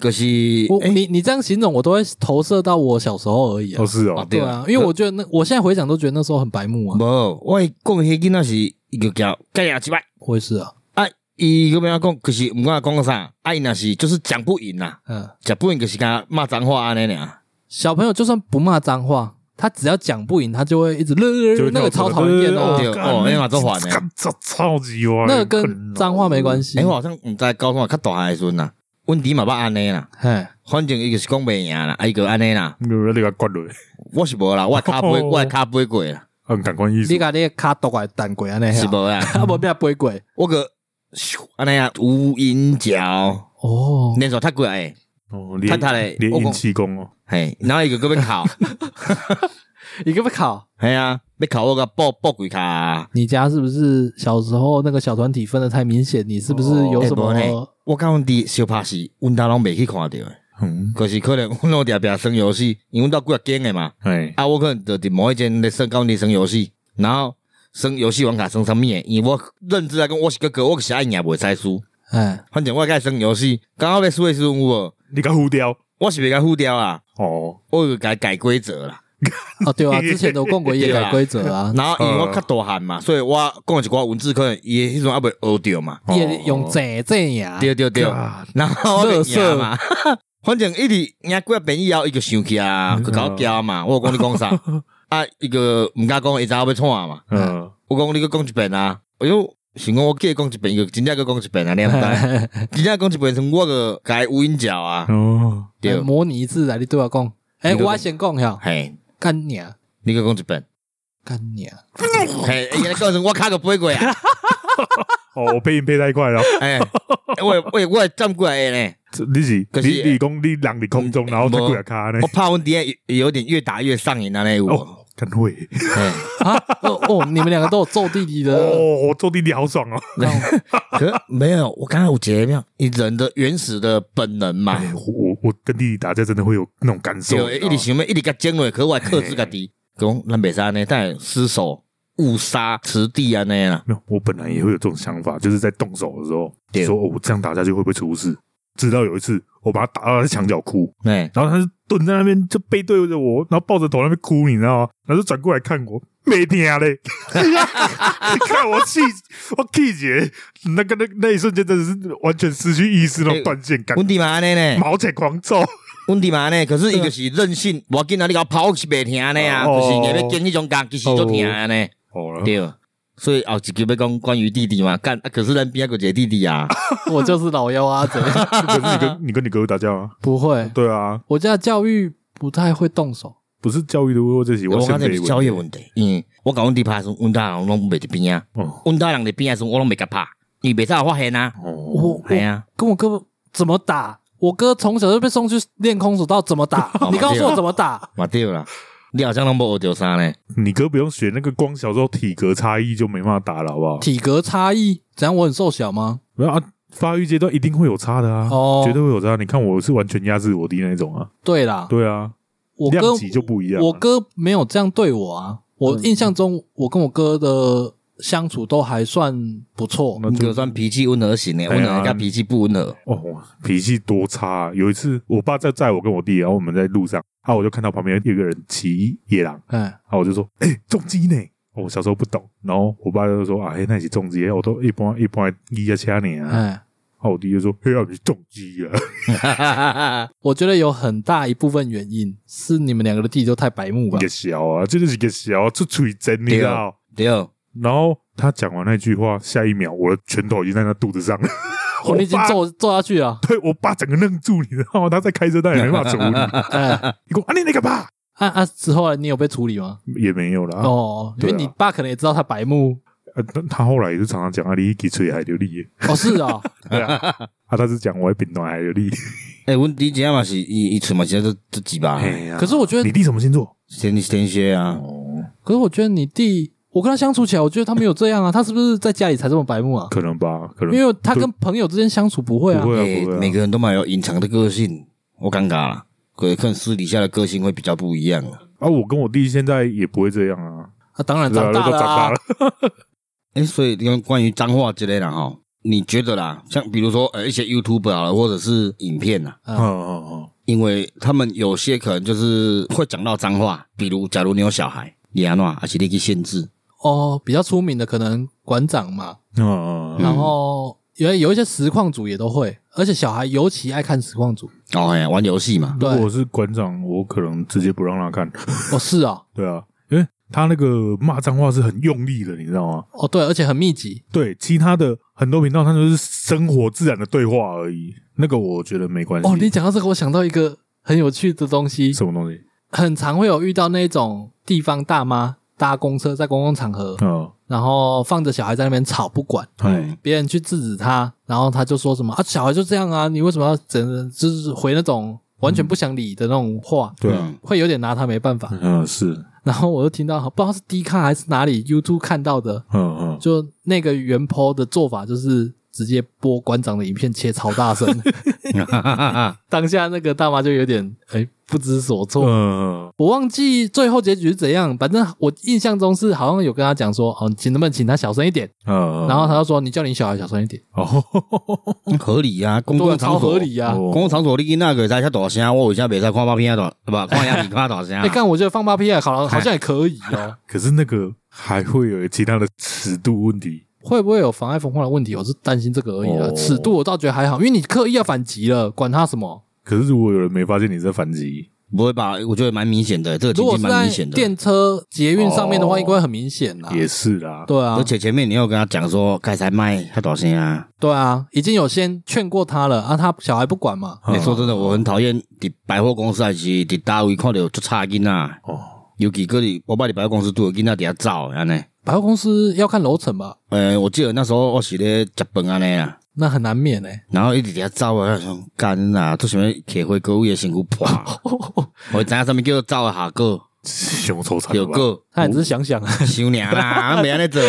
C: 就是
B: 我、
C: 诶、
B: 你你这样形容，我都会投射到我小时候而已啊
A: 哦，是
C: 啊
A: 哦，
B: 对啊，因为我觉得那我现在回想都觉得那时候很白目啊，
C: 无，我讲迄囡仔是伊就叫盖亚击败。
B: 我也是啊，
C: 啊，伊个要讲，可是毋管讲啥，啊，伊若是就是讲不赢啦，
B: 嗯，
C: 讲不赢就是甲骂脏话安尼俩。
B: 小朋友就算不骂脏话，他只要讲不赢，他就会一直
A: 就会跳出
B: 那个
A: 来
B: 超讨人厌的
A: 呃
B: 啊，
C: 对哦那嘛做烦 的
A: 干超超级歪，
B: 那个跟脏话没关系
C: 哎、。我好像毋知高中啊较大汉诶时阵啦，阮弟嘛捌安尼啦，
B: 嘿，
C: 反正伊就是讲袂赢啦，啊伊就安尼啦，
A: 系，啊有那个关落，
C: 我是无啦，我骹背我骹背过啦，
A: 很感官意识
B: 你。把你卡剁来蛋鬼安尼啊，
C: 是无啦，
B: 啊，无变飞鬼
C: 我个咻安尼啊，无影脚，
B: 哦，
C: 连续踢过来的，
A: 哦，连
C: 太太嘞
A: 连
C: 我讲
A: 硬气功哦，
C: 嘿，然后伊就搁要 哭，
B: 你个不考？
C: 嘿啊，要哭我甲抱抱几骹，
B: 你家是不是小时候那个小团体分的太明显？你是不是有什么？
C: 哦欸无呢我甲阮弟相拍死，阮兜拢袂去看着诶。
A: 嗯，
C: 可是可能阮拢定定耍游戏，因为阮兜几啊间诶嘛，
A: 哎，
C: 啊，我可能就伫某一间咧耍高你耍游戏，然后耍游戏玩卡耍啥物诶，因为我认知来讲，我是哥哥，我是爱赢袂使输，
B: 哎，
C: 反正我爱耍游戏，刚好咧输诶时阵有无，
A: 你个胡雕
C: 我是袂甲付掉啦，
A: 哦，
C: 我有改改规则啦，
B: 哦，对 啊，之前的共轨也改规则啊，
C: 然后因为我较大汉嘛，所以我讲的一寡文字可能伊诶迄阵还袂学着嘛，
A: 哦
B: 也用这啊这呀，
C: 对对对，
A: 干
C: 然后我就
B: 垃圾
C: 赢嘛。 反正一直赢几啊遍以后，伊就生气啊，去搞交嘛。我有讲你 讲啥啊？伊个毋敢讲，伊知影要创嘛。
A: 嗯，
C: 我讲你个讲一遍啊，哎呦，想讲我计讲一遍，伊就真正个讲一遍啊，你 毋知？
B: 哎
C: 真正讲一遍，像我个改无音脚啊，
A: 哦，
B: 哎
C: 对，
B: 模拟一次来，你对我讲，哎，
C: 你就
B: 我先讲呀，
C: 嘿，
B: 干你啊，
C: 你个讲一遍，
B: 干你啊，
C: 嘿，伊来讲成我卡个飞过啊，
A: 哦，我配音配太快了，
C: 哎，我我我站过来的呢，
A: 这你是
C: 可是
A: 你你讲你人伫空中，
C: 嗯
A: 然后他
C: 没
A: 过来卡呢
C: 我，怕阮爹有点越打越上瘾啊，那有无？
A: 哦，很会，
C: 嘿
B: 啊，哦哦，你们两个都有揍弟弟的，
A: 哦，我做弟弟好爽哦，
C: 可是没有，我刚才有觉得没有，你人的原始的本能嘛，
A: 哎，我我我跟弟弟打架真的会有那种感受，
C: 对，一直想要一直甲争落，可我克制家己，讲咱袂使安尼，但失手误杀持地安尼啦，
A: 没有，我本来也会有这种想法，就是在动手的时候，
C: 对
A: 说、哦、我这样打下去会不会出事？直到有一次，我把他打到他的墙角哭，
C: 哎，
A: 然后他就蹲在那边，就背对着我，然后抱着头在那边哭，你知道吗？然后就转过来看我，没听啊 嘞，看我气，我气姐，那个那那一瞬间真的是完全失去意识，那种断线感，
C: 阮弟嘛安尼呢，
A: 毛且狂揍，
C: 阮弟嘛安尼，可是伊就是任性，无要紧啊，你甲我跑是袂听安尼啊，
A: 哦
C: 就是硬要经迄种工，其实就听安尼，
A: 哦，
C: 对。所以后一集要讲关于弟弟嘛，干、啊，可是咱边还有一个弟弟啊，
B: 我就是老幺啊， 怎样？
A: 可是你跟你跟你哥哥打架吗？
B: 不会，
A: 对啊，
B: 我家的教育不太会动手，
A: 不是教育的问题，这是
C: 我
A: 先
C: 讲这
A: 辈
C: 是
A: 的
C: 教育
A: 问题
C: 问题，因为我甲阮弟拍的时候，阮大人拢袂伫边啊。
A: 哦
C: 阮兜人伫边诶时阵，我拢袂甲拍，伊袂使有发现啊。
A: 哦，
B: 我
C: 系啊，
B: 跟我哥怎么打？我哥从小就被送去练空手道，怎么打
C: 哦？
B: 你告诉我怎么打？
C: 嘛对啦，你好像拢无学着啥呢？
A: 你哥不用学那个，光小时候体格差异就没办法打了，好不好？
B: 体格差异，怎样？我很瘦小吗？
A: 没有啊，发育阶段一定会有差的啊，
B: 哦
A: 绝对会有差。你看我是完全压制我弟那一种啊，
B: 对啦，
A: 对啊，
B: 我哥
A: 量级就不一样啊。嗯
B: 我哥没有这样对我啊。我印象中，我跟我哥的相处都还算不错。
A: 那
C: 你
A: 就
C: 就算脾气温和型诶，
A: 哎呀
C: 温和甲脾气不温和，
A: 哦，脾气多差、啊。有一次，我爸在载我跟我弟，然后我们在路上，啊，我就看到旁边有个人骑野狼，
B: 哎，
A: 啊，我就说，哎、重击呢。哦我小时候不懂，然后我爸就说：“啊，嘿，那是重击，我都一般一般一下掐你啊。”然
B: 哎，
A: 后我弟就说：“嘿，啊，你是重击啊
B: 我觉得有很大一部分原因是你们两个的弟弟都太白目，吧
A: 一个。小啊，这就是一个小啊，出嘴真，你知
B: 啊
A: 道？”
C: 对。
A: 然后他讲完那句话，下一秒我的拳头已经在他肚子上了。
B: 我哦已经
A: 爸 。
B: 揍揍下去了
A: 对我爸整个愣住，你知道吗？他在开车，但也没办法处理。你
B: 哎，
A: 给我啊，你那个 爸
B: 啊啊！之后你有被处理吗？
A: 也没有啦。
B: 哦，因为
A: 对啊
B: 你爸可能也知道他白 目。
A: 呃，但他后来也是常常讲啊，你给吹海流力，
B: 哦，是 啊，
A: 对啊，啊，他是讲我冰暖海流力。
C: 诶，阮弟姐嘛是伊伊出嘛是这这几把
A: 哎呀
B: 可是我觉得
A: 你弟什么星座？
C: 天天蝎啊，
A: 哦，
B: 可是我觉得你弟，我跟他相处起来，我觉得他没有这样啊，他是不是在家里才这么白目啊？
A: 可能吧，可能
B: 因为他跟朋友之间相处不会啊
A: 不，会啊，
C: 诶
A: 不，会
C: 每
A: 啊。
C: 个人都嘛有隐藏的个性，我尴尬啦。可可能私底下的个性会比较不一样啊。
A: 啊，我跟我弟现在也不会这样啊，
B: 啊，当然
A: 对啊
B: 长
A: 都
B: 大
A: 长
B: 了
A: 大
B: 啊
A: 了，，
C: 诶，所以关关于脏话之类的哈，你觉得啦，像比如说呃一些 YouTube 好了，或者是影片啊，
A: 嗯嗯嗯，
C: 因为他们有些可能就是会讲到脏话，比如假如你有小孩，你安怎，还是你去限制？
B: 哦比较出名的可能馆长嘛，
A: 嗯，嗯
B: 然后有有一些实况组也都会，而且小孩尤其爱看 实况组。
C: 哦嘿，玩游戏嘛，
A: 如
B: 对，
A: 果我是馆长，我可能直接不让他看。
B: 哦是啊，
A: 对啊，因为他那个骂脏话是很用力的，你知道吗？
B: 哦对，而且很密集。
A: 对，其他的很多频道，它就是生活自然的对话而已。那个我觉得没关系。
B: 哦，你讲到这个，我想到一个很有趣的东西，
A: 什么东西？
B: 很常会有遇到那种地方大妈搭公车在公共场合，
A: 嗯，
B: 然后放着小孩在那边吵不管，
C: 嗯
A: 哎，
B: 别人去制止他，然后他就说什么啊，小孩就这样啊，你为什么要整？就是回那种完
A: 嗯
B: 全不想理的那种话，
A: 对啊，
B: 会有点拿他没办法。
A: 嗯，是，
B: 然后我就听到不知道是 D 卡还是哪里 YouTube 看到的，
A: 嗯嗯，
B: 就那个原 po 的做法就是直接播馆长的影片切超 大声，
C: 嗯，
B: 当下那个大妈就有点哎不知所措。
A: 嗯，
B: 我忘记最后结局是怎样，反正我印象中是好像有跟他讲说，哦，请能不能请他小声一点？
A: 嗯，
B: 然后他就说，你叫你小孩小声一点，
A: 哦，
C: 合理啊，公
B: 对啊
C: 共场
B: 超
C: 所
B: 合理呀、啊。
A: 哦
C: 公共场所你囡仔会使遐大声，我为啥袂使看八片遐啊大，不看影片看大声
B: 哎、？干，我觉得放八 P 啊，
A: 哎
B: 好好像也可以哦。
A: 可是那个还会有其他的尺度问题。
B: 会不会有妨碍风化的问题？我是担心这个而已啊。
A: 哦
B: 尺度我倒觉得还好，因为你刻意要反击了，管他什么。
A: 可是如果有人没发现你在反击，
C: 不会吧？我觉得蛮明显的，这个
B: 如
C: 情
B: 果
C: 境
B: 是
C: 蛮
B: 在
C: 明显的。
B: 电车、捷运上面的话，
A: 哦
B: 应该会很明显啦。
A: 也是啦。
B: 对啊
C: 而，且前面你要跟他讲说，该才卖他多少钱啊？
B: 对啊，已经有先劝过他了啊，他小孩不管嘛。
A: 嗯
C: 你、说真的，我很讨厌伫百货公司还是伫单位看到出差的囡仔，
A: 哦，
C: 尤其搁伫我捌伫百货公司拄着囡仔伫遐走安尼。
B: 百货公司要看楼层吧，
C: 呃，我记得那时候我是咧食饭安尼啊，
B: 那很难免哎、
C: 然后一直伫遐走啊，我想干啊，做啥物摕回购物的身躯 破，我知影啥物叫做走的下果，
A: 凶手惨
C: 有
A: 了吧？
C: 果。
B: 他也只是想想啊。
C: 收娘 啦，袂安尼做。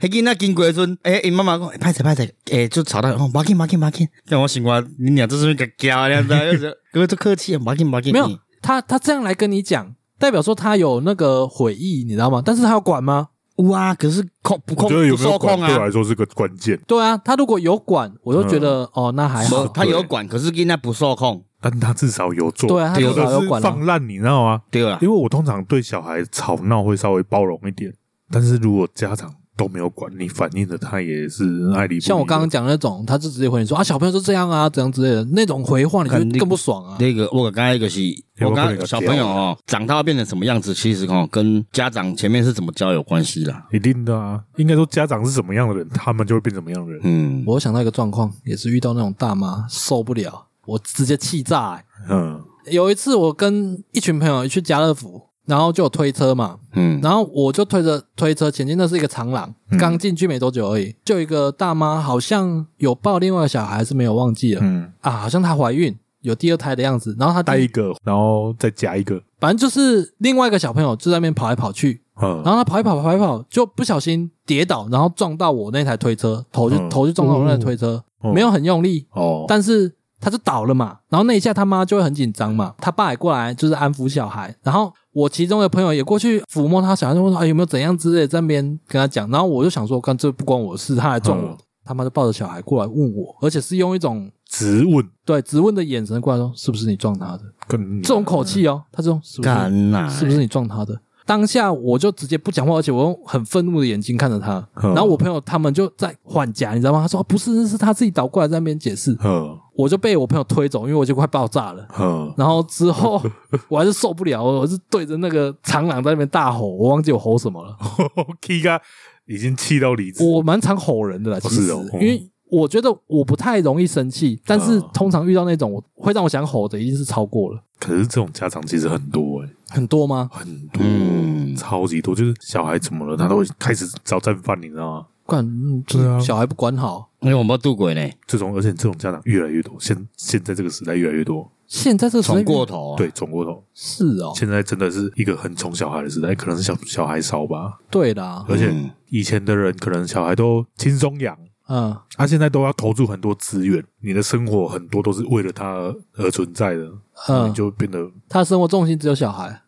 C: 迄囡仔经过的时阵，诶、因妈妈讲，欸歹势歹势，诶、就吵到，哦，无要紧无要紧无要紧。但我想讲，你娘这是个娇，你知道？ 哥做客气，无要紧无要紧。嗯
B: 没有，他，他这样来跟你讲，代表说他有那个悔意，你知道吗？但是他要管吗？
C: 有啊，可是控不
A: 我
C: 控
A: 觉得有
C: 不
A: 没有
C: 受
A: 管
C: 控
A: 对我
C: 啊
A: 来？说是个关键，
B: 对啊，他如果有管，我就觉得、哦，那还
C: 不
B: 好。
C: 他有管，嗯可是囡仔不受控，
A: 但他至少有做。
B: 对啊，他
C: 有
B: 至
A: 有
B: 少
A: 的
B: 有
A: 是
B: 管了
A: 放。烂，你知道吗？
C: 对啊啦
A: 因。为我通常对小孩吵闹会稍微包容一点，但是如果家长都没有管你反应的，他也是爱理不理的。
B: 像我刚刚讲的那种，他就直接回你说啊，小朋友就这样啊，怎样之类的那种回话，你就
C: 肯定
B: 更不爽啊。
C: 那个我刚才就是，
A: 有
C: 我
A: 可能有
C: 刚小朋友
A: 教啊
C: 哦，长大变成什么样子，其实哦跟家长前面是怎么教有关系啦。
A: 一定的啊，应该说家长是什么样的人，他们就会变什么样的人。
C: 嗯，
B: 我想到一个状况，也是遇到那种大妈受不了，我直接气炸、欸。
A: 嗯
B: 有一次我跟一群朋友去家乐福，然后就有推车嘛，
C: 嗯，
B: 然后我就推着推车前进，那是一个长廊，
A: 嗯
B: 刚进去没多久而已，就有一个大妈好像有抱另外一个小孩，是没有忘记了、
A: 嗯，哎
B: 啊，好像她怀孕有第二胎的样子，然后她
A: 带
B: 第
A: 一个，然后再加一个，
B: 反正就是另外一个小朋友就在那边跑来跑去，
A: 嗯，
B: 然后他跑一跑跑一跑，就不小心跌倒，然后撞到我那台推车，头就、
A: 嗯
B: 头就撞到我那台推车，
A: 哦
B: 没有很用力，
A: 哦，
B: 但是他就倒了嘛，然后那一下他妈就会很紧张嘛，他爸也过来就是安抚小孩，然后我其中的朋友也过去抚摸他小孩，就问说、哎、有没有怎样之类的，在那边跟他讲，然后我就想说，干这不关我的事，他来撞我，
A: 嗯
B: 他妈就抱着小孩过来问我，而且是用一种
A: 直问，
B: 对质问的眼神过来说，是不是你撞他的？
A: 嗯跟
B: 这种口气哦，他这种是不是你
C: 干呐，嗯
B: 是不是你撞他的？当下我就直接不讲话，而且我用很愤怒的眼睛看着他。
A: 嗯
B: 然后我朋友他们就在缓夹，你知道吗？他说、啊不是，是他自己倒过来在那边解释，
A: 嗯
B: 我就被我朋友推走，因为我就快爆炸了。
A: 嗯，
B: 然后之 后我还是受不了，我是对着那个长廊在那边大吼，我忘记我吼什么
A: 哦
B: 了。
A: 气噶已经气到离职，
B: 我蛮常吼人的啦，其实，
A: 哦是哦
B: 因为我觉得我不太容易生气，但是
A: 嗯
B: 通常遇到那种我会让我想吼的，一定是超过了
A: 可是这种家长其实很多哎、
B: 很多吗？
A: 很多，
C: 嗯
A: 超级多，就是小孩怎么了，他都会开始找战犯，你知道吗？
B: 管、嗯
A: 对啊
B: 小孩不管好，
C: 因为我们度过呢，
A: 这种，而且这种家长越来越多，现现在这个时代越来越多，
B: 现在这个时代
C: 闯过头啊。
A: 对，转过头，
B: 是哦，
A: 现在真的是一个很宠小孩的时代，可能是小小孩少吧，
B: 对啦，
A: 而且
C: 嗯
A: 以前的人可能小孩都轻松养，
B: 嗯。
A: 他、现在都要投注很多资源，你的生活很多都是为了他而存在的，
B: 嗯
A: 你就变得
B: 他的生活重心只有小孩。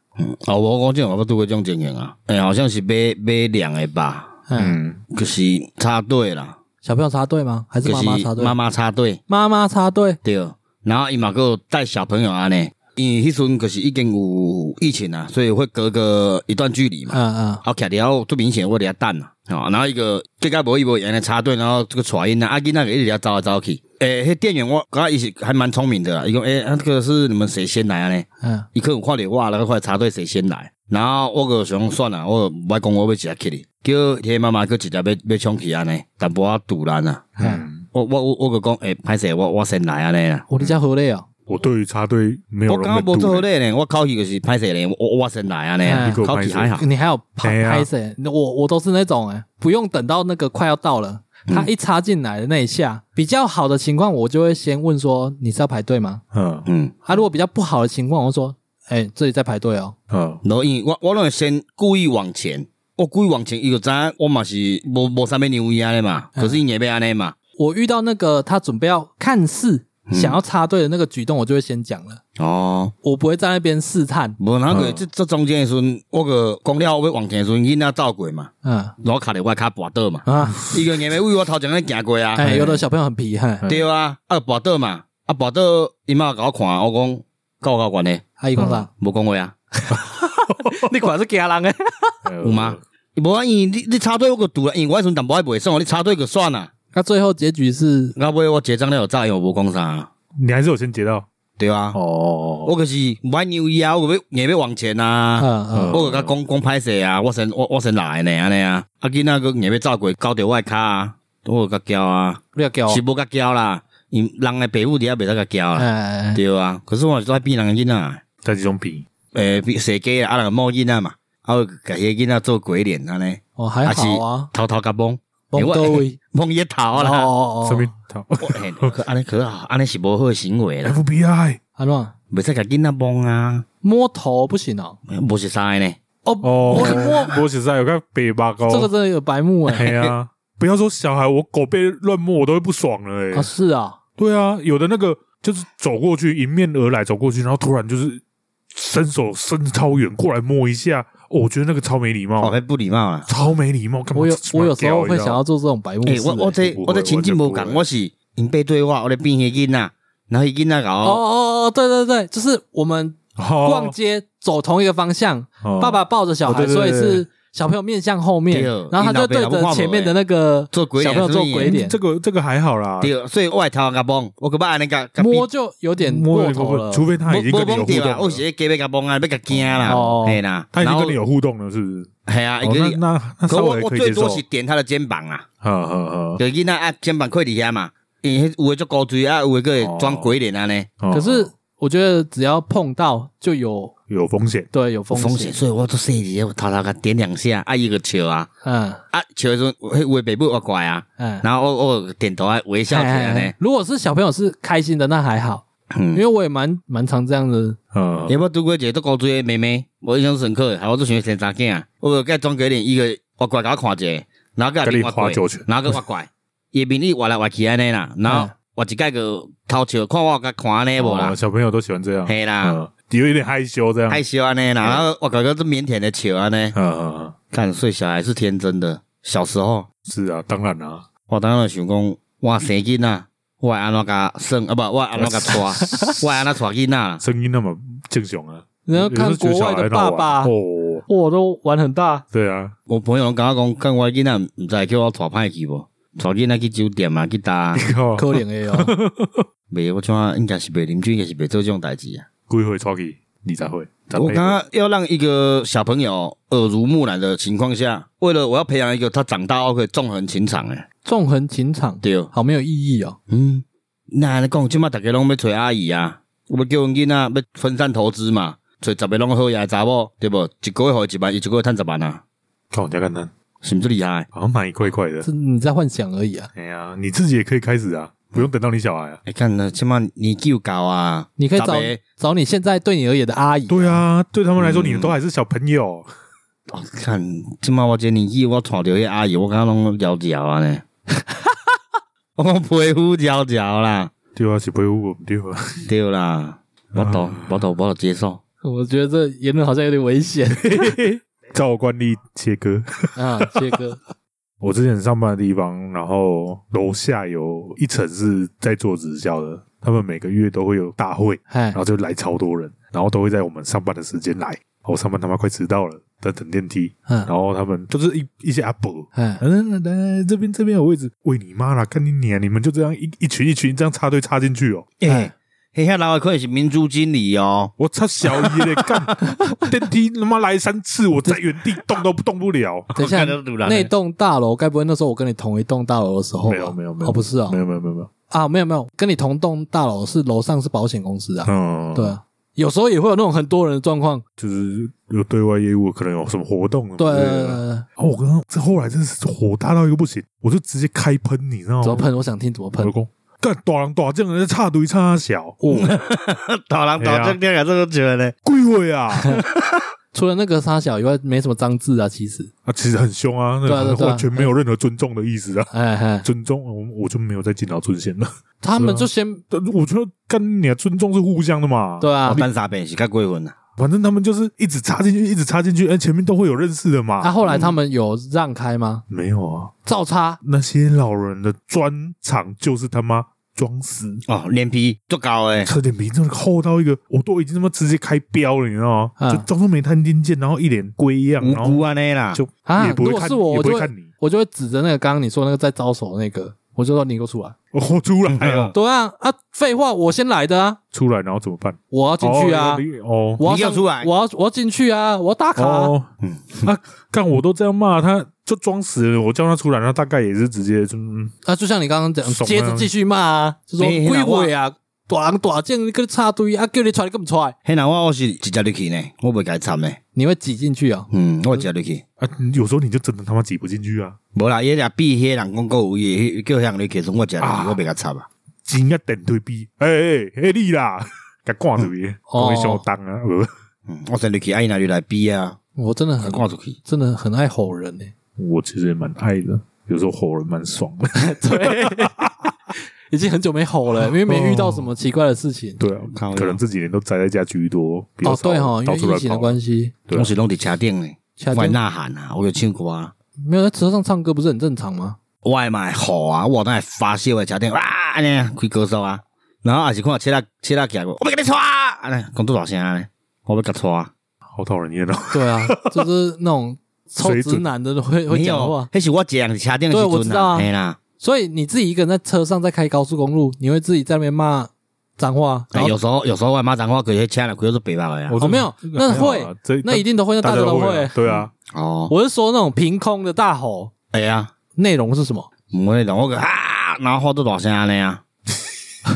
C: 哦，我讲真，我捌拄过这种情形啊。诶、好像是买买两个吧，
B: 嗯，
A: 嗯，
C: 就是插队啦，
B: 小朋友插队吗？还是
C: 就
B: 妈妈
C: 是
B: 插队？
C: 妈妈插队，
B: 妈妈插队，
C: 对。然后伊嘛个带小朋友安尼，啊因为迄阵可是已经有疫情啊，所以会隔个一段距离嘛。哦
B: 嗯嗯，
C: 好，卡掉最明显我伫遐等啊，吼，然后一个最该无一无沿的插队，然后这个传音啊，阿囡那个一直遐走来走去。诶、迄店员我刚刚伊是还蛮聪明的啊，伊讲诶，啊这个是你们谁先来啊呢？
B: 嗯，
C: 伊可能看着我，然后快插队谁先来。然后我个想算了，我外讲我要一只去哩，叫天妈妈去直接要要冲去安尼，淡薄仔突然啊。
A: 嗯，
C: 我我我我个讲诶，歹、势，我我先来啊安尼啦。
B: 我的家好累哦，
A: 我对于插队没有
C: 我
A: 容
C: 刚
A: 忍
C: 刚
A: 度
C: 无做好嘞呢，我口气就是歹势嘞，我我我先来安尼啊
B: 嗯，
C: 口气还好。
B: 你还有拍
A: 对啊
B: 拍谁？我我都是那种哎，不用等到那个快要到了，
C: 嗯
B: 他一插进来的那一下，比较好的情况，我就会先问说你是要排队吗？
A: 嗯
C: 嗯，
B: 啊，如果比较不好的情况，我就说哎这里在排队哦，
A: 嗯，
C: 然后因为我我拢会先故意往前，我故意往前，伊就知影我嘛是无无啥物牛伊安尼嘛，
B: 嗯
C: 可是伊硬要安尼嘛，
B: 我遇到那个他准备要看似
C: 嗯
B: 想要插队的那个举动，我就会先讲了，
C: 哦。
B: 我不会在那边试探。
C: 无那个
A: 嗯
C: 这这中间的时阵，我个讲了我要往前的时阵，囡仔走过嘛，
B: 嗯
C: 然后卡着我卡跋倒嘛，
B: 啊，
C: 伊个硬要为我头前咧行过啊，
B: 哎，有的小朋友很皮，嗨，
A: 嗯
C: 对啊，啊跋倒嘛，啊跋倒，伊妈甲我看，我讲甲我甲关的，
B: 阿姨公啥？
C: 无讲话啊，
B: 你果然是家人诶。
A: 有
C: 有吗？？
A: 呃
C: 无啊，因为你你插队我个堵啊，因为我迄阵淡薄仔袂爽，你插队就算啊，
B: 那最后结局是，
C: 到尾我结账了有走，因为我无讲啥，
A: 你还是有先截到
C: 对啊。
A: 哦，
C: 我可是买牛伊啊，我要硬要往前啊，
B: 嗯嗯，
C: 我甲讲讲歹势啊，我先我我先来呢安尼啊，啊囡仔个硬要走过，搞着我诶骹啊，我有甲骄啊，
B: 不要给我，
C: 是无甲骄啦，因人诶爸母伫遐袂使甲骄啦，
B: 哎，
C: 对啊，可是我是在变人诶囡仔，
A: 在这种比，
C: 诶，比设计啊，啊人个某囡仔嘛，啊我甲迄个囡仔做鬼脸安尼，
B: 哦还好啊，
C: 偷偷甲蒙
B: 蒙
C: 我
B: 多 位，
C: 蒙伊头
B: 哦
C: 啦，
B: 哦
A: 上面
B: 哦，
A: 他
C: 嘿可安尼可好，安尼是无好诶行为啦，
A: FBI
B: 安诺
C: 袂使甲囡仔蒙啊，
B: 摸头不行哦，
C: 无是啥的呢，
B: 哦
A: 哦
B: 摸摸，
A: 我实在有看北巴高，
B: 这个真的有白目 哎，
A: 哎呀，不要说小孩，我狗被乱摸我都会不爽了
B: 啊
A: 哎。
B: 是啊，
A: 对啊，有的那个就是走过去迎面而来走过去，然后突然就是伸手伸超远过来摸一下，哦我觉得那个超没礼
C: 哦，
A: 貌，
C: 迄不礼貌啦。
A: 超没礼貌。干嘛
B: 我有
A: 这么
B: 我有时候
A: 屌
B: 会想要做这种白目
C: 诶、
B: 事
C: 哎我
B: 欸，
C: 我这
A: 不会
C: 我这情境
A: 完
C: 无
A: 全不
C: 共，
A: 会
C: 我是因背对我，我咧变迄囡仔，然后迄囡仔甲
B: 哦
C: 我，
B: 哦哦，对对对，就是我们
A: 你知道吗
B: 逛街走同一个方向，
A: 哦
B: 爸爸抱着小
A: 哦对
B: 孩，
A: 对
B: 所以
A: 对
B: 是小朋友面向后面
C: 对哦，
B: 然后他就对
C: 你老爸老母看
B: 着前
C: 不
B: 面的
C: 欸
B: 那个
C: 做鬼
B: 小
C: 脸
B: 朋友做
C: 是不是
B: 鬼脸
A: 这，嗯个这个还好啦，
C: 对，所以我的头甲崩，我可把安尼甲甲
B: 摸就有点
A: 摸
B: 过
A: 了
B: 头了，
A: 除非他已经
C: 无
A: 跟
C: 无
A: 你有
C: 崩
A: 互
C: 掉
A: 动
C: 啦，我
A: 了
C: 是，咧加要甲崩啊，要甲惊啦
B: 哦，
C: 嘿啦，
A: 他已
C: 然
A: 经
C: 后
A: 跟你有互动了，是不是？
C: 系啊，
A: 哦
C: 伊跟你
A: 那那那
C: 可
A: 稍
C: 我
A: 微
C: 我
A: 可以接
C: 最
A: 受哦
C: 多。是点他的肩膀啊，
A: 呵呵
C: 就囡仔啊肩膀跪伫遐嘛，因为迄有诶做高追啊，有诶个会
A: 哦
C: 装鬼脸啊安尼，
A: 呵，
B: 可是
A: 哦
B: 我觉得只要碰到就有
A: 有风险，
B: 对有
C: 有
B: 风
C: 风险，所以我做细节，我偷偷甲点两下，啊伊个笑啊，
B: 嗯
C: 啊笑诶时阵，迄有诶爸母我怪啊，
B: 嗯，
C: 然后我我有点头啊微笑起来
B: 哎
C: 呢
B: 哎，如果是小朋友是开心的，那还好，
C: 嗯
B: 因。为我也蛮蛮常这样的。
A: 嗯，
C: 要不拄过一个做高追的妹妹，我印象深刻，还有我做想生查囝，啊我有甲装鬼脸，伊个我怪甲我看者，然后甲
A: 跟你
C: 我
A: 划
C: 怪，
A: 九拳，
C: 然后甲我怪，伊面里歪来歪去安尼啦，然后
B: 嗯
C: 我一盖个偷笑，看我甲看安尼无啦
A: 哦，小朋友都喜欢这样，
C: 嘿啦，
A: 嗯，有一点害羞这样，
C: 啊害羞安尼
A: 嗯
C: 啦，然后我感觉这腼腆的笑安尼，
A: 嗯嗯，嗯
C: 看所以小孩是天真的，小时候
A: 是啊，当然啦，
C: 我当然想讲，我生囡仔，我会安怎甲生啊不，我会安怎甲带，我会安怎带囡仔啦，
A: 声音那么正常啊，
B: 然后
A: 有时
B: 看
A: 候觉
B: 国
A: 得
B: 外
A: 小孩
B: 的
A: 很好玩
B: 爸爸，
A: 哦，
B: 我都玩很大，
A: 对啊，
C: 我朋友甲我讲，看我的囡仔毋知道叫我带歹去无，带囡仔去酒店啊，去搭啊。
A: 靠，
B: 可怜哎 哟，
C: 袂，我怎啊应该是袂啉酒，应该是袂做这种代志啊。
A: 故意会抓去，你才会，咱
C: 我
A: 们
C: 刚刚要让一个小朋友耳濡目染的情况下，为了我要培养一个他长大后可以纵横情场诶，
B: 纵横情场，
C: 对，
B: 好没有意义哦。
C: 嗯，那你讲，即马大家拢要找阿姨啊，我要叫阮囡仔要分散投资嘛，找十个拢好嘢查某，对无？一个月互伊一万，伊一个月趁十万啊，
A: 看人家看看，
C: 是毋是厉害？
A: 好像蛮一块一块的，
B: 这你在幻想而已啊！
A: 哎呀，你自己也可以开始啊，不用等到你小孩啊，
C: 你看呢，即马年纪有高啊，
B: 你可以
C: 十
B: 找
C: 个
B: 找你现在对你而言的阿姨，
A: 对啊，对他们来说，
C: 嗯
A: 你们都还是小朋友，
C: 哦，看，即马我这年纪，我娶着迄阿姨，我敢拢摇摇啊呢。 我讲皮肤摇摇啦，
A: 对啊，小朋友我们对吧？
C: 对啦，我懂，我懂，我懂接受。
B: 我觉得这言论好像有点 危险
A: 照惯例切割。
B: 啊，切哥。
A: 我之前上班的地方，然后楼下有一层是在做直销的，他们每个月都会有大会，
B: 哎
A: 然后就来超多人，然后都会在我们上班的时间来。我、上班他妈快迟到了，在等电梯，然
B: 嗯，
A: 后他们就是一一些阿伯，
B: 哎，
A: 嗯，来来来这边这边有位置，喂你妈啦，干你娘！你们就这样一一群一群这样插队插进去哦，
C: 哎，嘿，遐老的可以是民珠经理哦，
A: 我操小姨嘞，干 电梯他妈来三次，我在原地动都动不 了。
B: 等一下
C: 我看到突然
B: 那栋大楼该不会那时候我跟你同一栋大楼的时候
A: 没
B: 吧？
A: 有没有没有
B: 哦，不是哦
A: 没，有没有没有没有，
B: 啊，没有没有，跟你同栋大楼是楼上是保险公司啊，
A: 嗯，
B: 对，啊，有时候也会有那种很多人的状况，
A: 就是有对外业务，可能有什么活动什么之
B: 对，
A: 类
B: 对
A: 的
B: 对对
A: 然后我刚刚这后来真的是火大到一个不行，我就直接开喷，你知道吗？
B: 怎么？喷？我想听怎么
A: 我
B: 喷
A: 就。讲干大人大将人差堆差小，哦，
C: 大人大
A: 嘿啊
C: 正听啊，这个觉呢，
A: 贵位 啊！
B: 除了那个沙小以外，没什么脏字啊，其实，
A: 啊，其实很凶啊，那
B: 对啊对啊
A: 个
B: 对啊
A: 完全没有任何尊重的意思啊。
B: 哎哎，
A: 尊重，我我就没有再进到尊贤了。
B: 他们就先
A: 但我觉得跟你啊，尊重是互相的嘛。
B: 对啊
C: 哦，，单傻白是较过分啊，
A: 反正他们就是一直插进去，一直插进去，哎，前面都会有认识的嘛。
B: 啊，后来他们有让开吗？
A: 没有啊，
B: 照插，
A: 那些老人的专长就是他妈装死，
C: 哦，脸皮足够诶，
A: 扯点皮真的厚到一个，我都已经他妈直接开标了，你知道吗？
B: 啊嗯
A: 就装作没看听见，然后一脸龟样，
C: 无
A: 然后
C: 辜安尼啦，
A: 就
B: 啊
A: 也不会
B: 如果
A: 看，
B: 是我
A: 也不
B: 我就
A: 会
B: 会
A: 看你，
B: 我就会指着那个刚刚你说那个在招手的那个，我就说你给我出来。
A: 我出
C: 哎
A: 来了，
B: 对啊，啊，废话，我先来的啊，
A: 嗯出来然后怎么办？
B: 我要进去啊，
A: 哦你哦，
B: 我要
C: 你要
B: 上
C: 出来
B: 我要我要进去啊，我要打卡啊、
A: 哦，
C: 嗯
A: 啊，干我都这样骂他，就装死了。我叫他出来，他大概也是直接就嗯
B: 啊，就像你刚刚讲，
A: 怂啊
B: 接着继续骂啊，就说
C: 你
B: 鬼鬼啊，大人大将跟你插队啊，叫你出来你根本不出来，
C: 嘿，那我我是直接入去呢，我袂甲伊掺呢，
B: 你会挤进去啊、
C: 嗯，我直接入去。
A: 啊，有时候你就真的他妈挤不进去啊，
C: 无啦，伊俩比迄人讲够有伊叫向你去，从我食，
A: 啊
C: 我袂甲插啊。
A: 挤应该等对逼，哎哎哎你啦， 给挂出去，
B: 嗯哦
A: 我小当啊，呃
C: 嗯，我先入去，啊伊若入来比啊，
B: 我真的
C: 甲
B: 很
C: 赶出去。
B: 真的很爱吼人欸呢、
A: 我其实也蛮爱的，有时候吼人蛮爽 的。
B: 对，已经很久没吼
A: 哦
B: 了、因为没遇到什么奇怪的事情。
A: 对啊
C: 靠，
A: 可能这几年都宅在家居多，比较
B: 哦，
A: 少
B: 对哈、哦，因
A: 到
B: 为
A: 处乱
B: 疫情的
A: 跑。
B: 关系，
A: 对啊
C: 我是拢伫车顶呢，
B: 车顶
C: 我会呐喊啊，我有唱歌啊，
B: 没有在车上唱歌不是很正常吗？
C: 我会嘛会吼啊，我当会发泄我的车顶啊，安尼啊开高速啊，然后也是看到车拉车拉行过，我要甲你拖啊，安尼讲多大声安尼，我要甲拖啊。
A: 好讨人厌哦！
B: 对啊，就是那种臭
A: 水
B: 直
A: 准
B: 男的会会
C: 没
B: 讲
C: 有
B: 话。
C: 迄是我一个人伫车顶
B: 对
C: 的
B: 我
C: 时
B: 知
C: 阵
B: 道啊
C: 啊，嘿啦，
B: 所以你自己一个人在车上在开高速公路，你会自己在那边骂脏话，
C: 啊
A: 哎
B: 然后
C: 有时候有时候我骂脏话，可是车若开到白目的啊。
A: 我
B: 哦没有
A: 这个还好啊
B: 会
A: 这
B: 那一定都会，那
A: 大
B: 大
A: 家
B: 家
A: 都
B: 都
A: 会啊
B: 会。
A: 对啊，
C: 哦，
B: 我是说那种凭空的大吼，
C: 会啊。
B: 内容是什么？，
C: 唔会让我个啊，然后话都大声安尼 啊，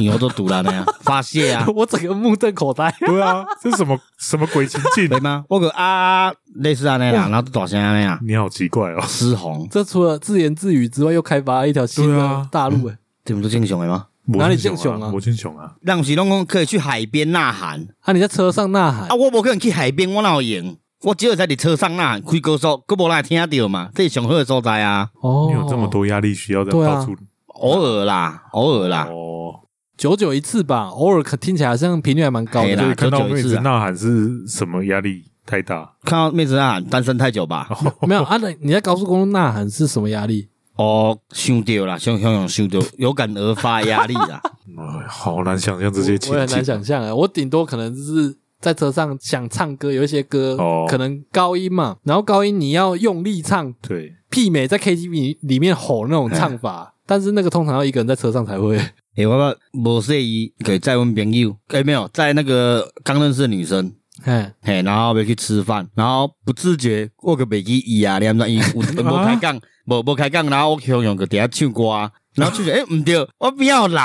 C: 牛都堵了安尼啊，发泄 啊
B: 我整个目瞪口呆。
A: 对啊，这是什么什么鬼情境？
C: 对吗？我个啊类似安尼啦，然后都大声安尼啊，
A: 你好奇怪哦！
C: 失红，
B: 这除了自言自语之外，又开发了一条新
A: 对
B: 的
A: 啊
B: 大陆、欸。
C: 这不是正常的吗？
B: 哪里
A: 正
B: 正常啊
A: 我正常啊，
C: 人是拢讲可以去海边呐喊
B: 啊，你在车上呐喊
A: 嗯
C: 啊，，我无可能去海边，我哪有闲？我只有在伫车上呐喊，开高速，佫无人会听到嘛，这是上好的所在啊，
B: 哦，
A: 你有这么，多压力需要这
B: 对啊
A: 样到处
C: 偶尔啦，偶尔啦，
A: 哦，
B: 久久一次吧，偶尔可听起来好像频率还蛮高的。
C: 嘿啦
A: 所以看到
C: 久久一
A: 妹
C: 次啊
A: 子呐喊是什么压力太大？
C: 看到妹子呐喊，单身太久吧？
B: 没有啊？那你在高速公路呐喊是什么压力？
C: 哦，想到啦，想想想想到，有感而发的压力 啦。
A: 哎好难想象这些情
B: 我我也很
A: 景。
B: 难想象啊。我顶多可能就是在车上想唱歌，有一些歌、
A: 哦
B: 可能高音嘛，然后高音你要用力唱，
A: 对，
B: 媲美在 KTV 里面吼那种唱法。但是那个通常要一个人在车上才会，
C: 诶、我捌无说伊给载阮朋友，诶、没有载那个刚认识的女生，
B: 哎，
C: 嘿，然后要去吃饭，然后不自觉我个袂记伊啊，你知毋知？伊有无开 讲，无无开讲，然后我向用个伫遐唱歌，啊然后唱着诶，毋、欸对，我边有 人，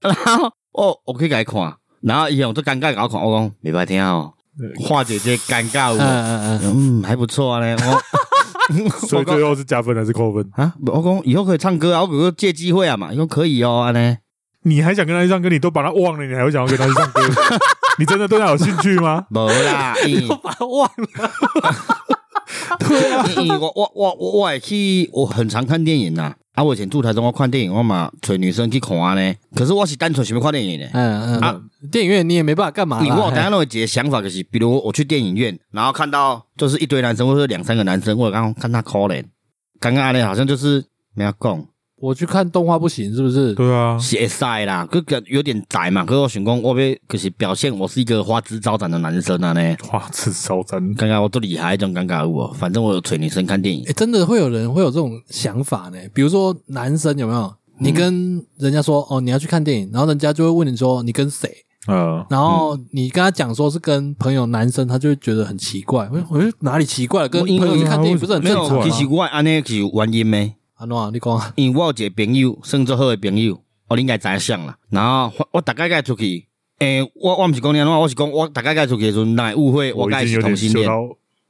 C: 然后我我去甲伊看，然后伊用做尴尬甲我看，我讲袂歹听 哦，化解这尴尬
B: 嗯
C: 有无，
B: 嗯嗯，
C: 嗯，还不错啊咧， 我。
A: 所以最后是加分还是扣分？
C: 啊，我讲以后可以唱歌啊，我哥借机会啊嘛，伊讲可以哦，安尼。
A: 你还想跟他去唱歌，你都把他忘了，你还会想要跟他去唱歌？你真的对他有兴趣吗？
C: 无啦，伊
B: 我把它忘了，对啊，
C: 因为我我我我我也去，我很常看电影呐、啊。我以前住台中，我看电影我嘛找女生去看呢。可是我是单纯想要看电影呢。
B: 嗯嗯嗯，电影院你也没办法干嘛啦，
C: 因为我等下
B: 啊嘿
C: 有一个想法就是，比如我去电影院，然后看到就是一堆男生或者两三个男生，我刚刚看他可怜，刚刚安尼好像就是没有讲，
B: 我去看动画不行是不是？
A: 对啊，
C: 是会使啦，佮佮有点宅嘛。可是我想讲，我要就是表现我是一个花枝招展的男生啊呢。
A: 花枝招展，
C: 刚刚我最厉害一种尴尬舞，反正我有催女生看电影
B: 哎、，真的会有人会有这种想法呢？比如说男生有没有？
C: 嗯
B: 你跟人家说哦你要去看电影，然后人家就会问你说你跟谁？
A: 呃，
B: 然后
C: 嗯
B: 你跟他讲说是跟朋友男生，他就会觉得很奇怪。我我哪里奇怪了？跟朋友去看电影不是很
C: 没
B: 正
C: 有
B: 常？
A: 啊
C: 其实我安尼是有原因的，
B: 啊，诺，你讲啊，
C: 因为我有一个朋友，算做好的朋友，我应该知想啦。然后我我大概该出去，诶、我我毋是讲你安怎，我是讲我大概该出去的时阵，来误会我
A: 我
C: 该
A: 已经
C: 是
A: 有
C: 同
A: 点
C: 性
A: 嗅
C: 恋
A: 到，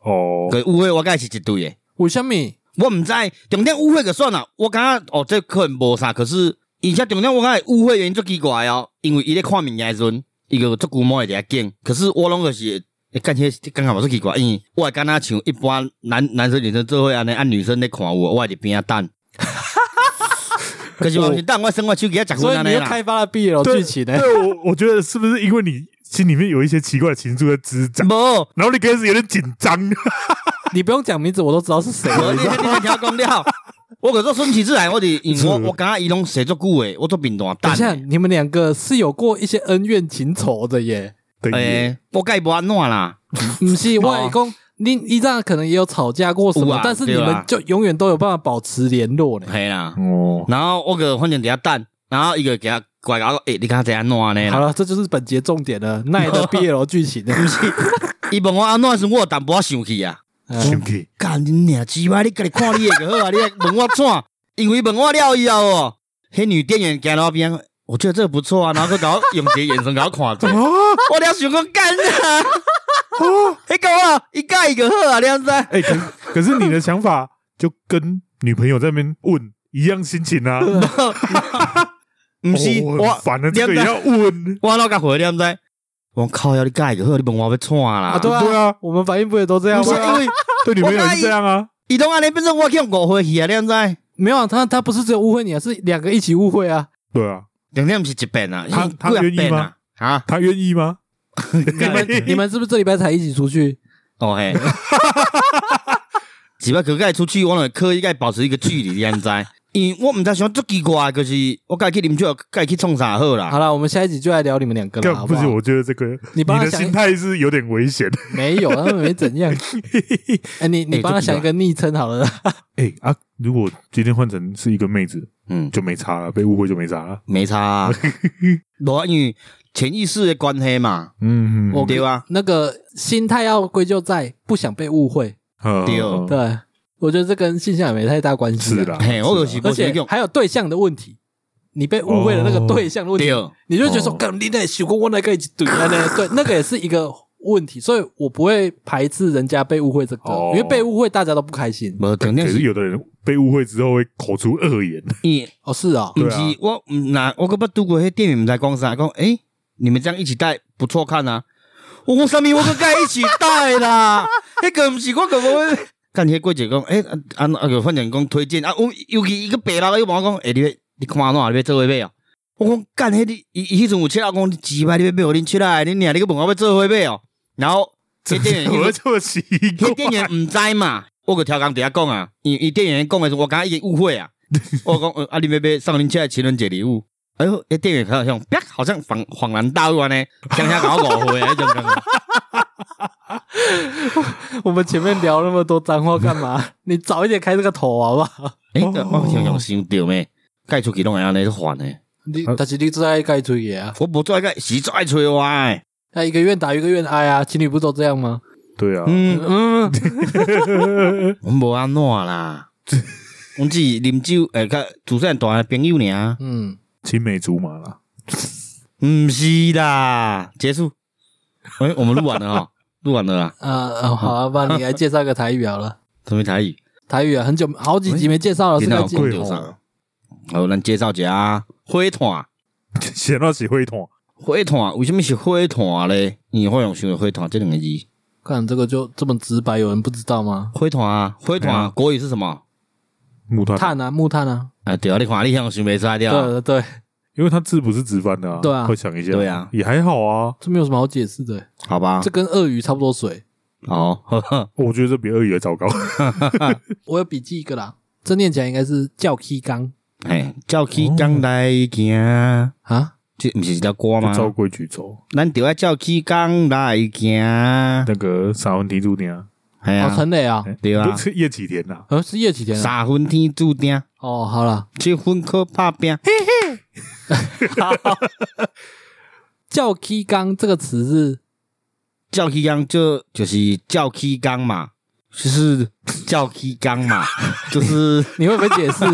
A: 哦，
C: 佮误会我该是一对的。
B: 为什么？
C: 我毋知重点误会就算了，我感觉哦，这可能无啥，可是而且重点我感觉误会原因最奇怪的哦，因为伊咧看物件的时阵，伊个足古摸会伫遐见，可是我拢就是。会干些感觉嘛最奇怪，因为我会敢若像一般男男生女生做伙安尼，按女生咧看我，我会伫边仔等。可是我毋是等，我生我手机啊，食
B: 所
C: 薰
B: 以
C: 安
B: 你
C: 尼
B: 又
C: 啦。啊
B: 开发了 BL 剧情呢？
A: 对我我觉得是不是因为你心里面有一些奇怪的情愫在滋长，
C: 无，
A: 然后你开始有点紧 张，
B: 你不用讲名字，我都知道是谁
C: 无
B: 了。
C: 你你你听我讲了，我可做顺其自然，我伫因为我我感觉伊拢写足久诶，我做平淡
B: 等一
C: 等
B: 下，
C: 的。
B: 你们两个是有过一些恩怨情仇的耶？
A: 对，
C: 诶，我甲伊无安怎啦？
B: 不是，外公，你你这样可能也有吵架过什
C: 哦有
B: 么
C: 啊，
B: 但是你
C: 对
B: 们
C: 啊
B: 就永远都有办法保持联络呢。
C: 嘿啦，
A: 哦，
C: 然后我个反正伫遐等，然后伊个给他怪搞，诶、欸，你敢知安怎样
B: 好
C: 呢？
B: 了，这就是本节重点了，奈 的 BL 剧情呢？
C: 伊问我安怎的时候，我有淡薄仔生气啊！
B: 嗯
A: 生气，
C: 干你娘鸡巴，你家己看你的就好啊！你还 问我怎？因为问我了以后哦，迄女店员行到我边，我觉得这个不错啊，然后佮搞用一个眼神甲我看
A: 啊
C: 者，我了想讲干啊！迄个啊，伊甲伊个好啊，你知道？
A: 哎，可可是你的想法就跟女朋友在那边问一样心情 啊，
B: 嗯
C: 毋是
A: 哦
C: 我，
A: 反正
C: 你
A: 这
C: 知
A: 个也
C: 道？
A: 要 问，
C: 我老甲回，你知？我靠，要你甲伊个好，你问我要怎啦？
B: 啊，对啊，
A: 对啊
B: 我们反应不也都这样
C: 不是啊
B: 吗？
C: 因为。
A: 对女朋友也是这样啊，
C: 伊拢安尼变成我去误会去啊，你毋知？
B: 没有啊，他他不是只有误会你啊，是两个一起误会啊。
A: 对啊，
C: 重点毋是一遍啊，
A: 他
C: 是几
A: 他
C: 啊
A: 愿意
C: 遍
A: 吗
C: 啊？啊，
A: 他愿意吗？
B: 你们你们是不是这礼拜才一起出去？
C: 哦嘿， 只要可该出去，我就会刻意该保持一个距离，你毋知？ 因为我毋知想足奇怪，就是我该去啉酒，该去创啥好啦
B: 好。了，我们下一集就来聊你们两个了，
A: 干
B: 好
A: 不
B: 好？
A: 是，我觉得这个
B: 你帮他
A: 的
B: 想
A: 心态是有点危险。
B: 没有，啊他们没怎 样。哎，你你
C: 哎
B: 帮他
C: 这不一样
B: 想一个昵称好了啦。
A: 哎啊，如果今天换成是一个妹子，
C: 嗯，
A: 就没差了，被误会就没差了。
C: 没差、 啊，无啊因为潜意识的关系嘛，
A: 嗯，
B: 我
C: 对啊，
B: 那个心态要归咎在不想被误会。
C: 对哦
A: 嗯
B: 对，我觉得这跟性向也没太大关系啊。
A: 是啦，
C: 嘿，我就是
B: 而
C: 无想
B: 且
C: 用，
B: 还有对象的问题，你被误会了那个哦对象的问题
C: 对，，
B: 你就会觉得说，
A: 哦
B: 干、你那小公我那个一起怼啊，那对，那个也是一个问题，所以我不会排斥人家被误会这个，
A: 哦
B: 因为被误会大家都不开心。
C: 无重
A: 可
C: 点
A: 是
C: 是
A: 有的人被误会之后会口出恶 言，
C: 伊。
B: 哦，是 哦，
A: 对
C: 毋
A: 啊
C: 是我，毋那我个捌拄过迄店员，毋知讲啥，讲诶、你们这样一起带不错看啊。我讲啥物，我个该一起带啦。 迄个毋是我个无。干迄过节讲，诶、啊啊啊个反正讲推荐啊，我尤其一个白人，伊问我讲，诶、你要你看安怎，你要做伙买哦。我讲干迄你伊伊迄阵有七啊，我讲你鸡巴，你要买互恁七啊，恁娘你个问我要做伙买哦。然后 迄店员，
A: 我就奇
C: 迄
A: 怪
C: 店员毋知嘛， 我个超工伫遐讲啊，伊伊店员讲诶时候，我感觉已经误 会啊。我讲，呃啊，你要买送恁家的情人节礼物？哎呦，迄店员好像，啪，好像恍恍然大啊悟安尼，想想搞误 会啊，迄种感觉。
B: 我们前面聊那么多脏话干嘛？ 你早一点开这个头好不好？
C: 哎，我好像想着咩？盖出去拢会安尼去烦诶，
B: 你
A: 呃
B: 但是你在该追也啊，
C: 我无做个，是做爱催我诶。
B: 那一个愿打一个愿挨啊，情侣不都这样吗？
A: 对啊，
C: 嗯，
B: 嗯，
C: 我无安怎啦，阮只是啉酒，诶，呃甲主持人大的朋友尔，
B: 嗯，
A: 青梅竹马啦，
C: 毋是啦，结束。哎，我们录完了哈，录完了啦，
B: 啊、呃，好啊，不然你来介绍一个台语好了。
C: 什么台语？
B: 台语啊，很久好几集没介绍了，哦是
C: 电
B: 该
C: 脑
B: 介
C: 讲着
B: 啊
C: 啥？好，哦咱介绍一下啊火炭。
A: 闲到起会痛，啊
C: 火炭为什么是火炭咧？你会用想到火炭这两个字？
B: 看这个就这么直白，有人不知道吗？
C: 火炭啊，火炭
A: 对啊
C: 啊，国语是什么？
A: 木炭，
B: 碳啊，木炭啊，
C: 啊，对啊，你看你向想袂晒
B: 对对
C: 掉，
B: 对，
A: 因为他字不是直翻的啊，
B: 对啊
A: 会想一下，
C: 对啊
A: 也还好啊，
B: 这没有什么好解释的、
C: 好吧
B: 这？跟鳄鱼差不多水。
C: 好， 呵呵
A: 我觉得这比鳄鱼还糟糕，
B: 我有笔记一个啦，这念起来应该是叫 K 刚，
C: 嘿，照起工来行，
B: 啊，
C: 这毋是一条歌
A: 就
C: 吗？
A: 照规矩走。
C: 咱就要照起工来行，
A: 那个三分天注定啊，
C: 哎
B: 好
C: 呀，
B: 陈磊啊，
C: 对啊
A: 不，是叶启田呐、啊，
B: 呃，是叶启田啊。
C: 三分天注定，
B: 哦，好了，
C: 七分靠打拼。
B: 叫 K 刚这个词是
C: 叫起缸就就是叫起缸嘛，就是叫起缸 嘛，就是
B: 你会不会解 释？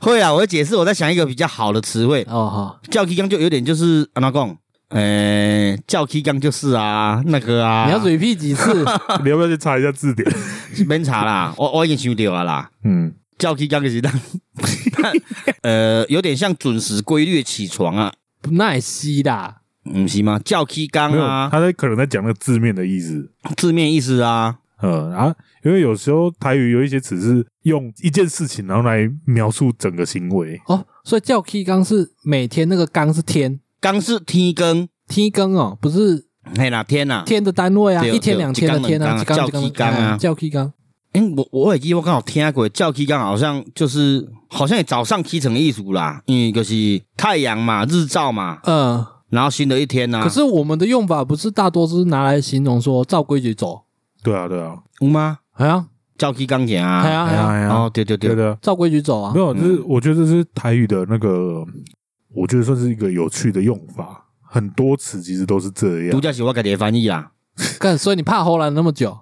C: 会啊。我会解释，我在想一个比较好的词汇。
B: 哦，好，
C: 叫起缸就有点就是安怎讲？诶、叫起缸就是啊，那个啊，
B: 你要 repeat 几 次？
A: 你要不要去查一下字典？
C: 免查啦，我我已经想到啊啦。
A: 嗯，
C: 叫起缸就是当， 呃，有点像准时规律起床啊，
B: 不耐吸啦，
C: 嗯，是吗？叫起缸
A: 没有，
C: 啊，
A: 他在可能在讲那个字面的意思。
C: 字面意思啊，
A: 嗯啊，因为有时候台语有一些词是用一件事情，然后来描述整个行为。
B: 哦，所以叫 K 刚是每天那个刚是天
C: 缸是天更，
B: 天更哦，不是
C: 嘿啦，天啦、
B: 天的单位啊，
C: 对
B: 一天两天的天啊，
C: 对对
B: 几嗯
C: 一天两天啊
B: 叫 K 刚，
C: 哎、我我耳机我刚好听过，叫起刚好像就是好像也早上起床的意思啦，因为就是太阳嘛，日照嘛，
B: 嗯，
C: 然后新的一天呐、啊。
B: 可是我们的用法不是大多是拿来形容说照规矩走，
A: 对啊，对啊，
C: 有吗？
B: 哎呀，
C: 叫起刚讲
B: 哎
C: 啊，
B: 呀，哎
A: 哎呀
B: 呀，
A: 哎呀，
C: 哦，对对
A: 对
C: 对，
A: 的，
B: 照规矩走啊
A: 没，有，就是
C: 嗯
A: 我觉得这是台语的那个，我觉得算是一个有趣的用法。很多词其实都是这
C: 独
A: 样。
C: 家是我家己的翻译啦。
B: 干，所以你怕荷兰那么久，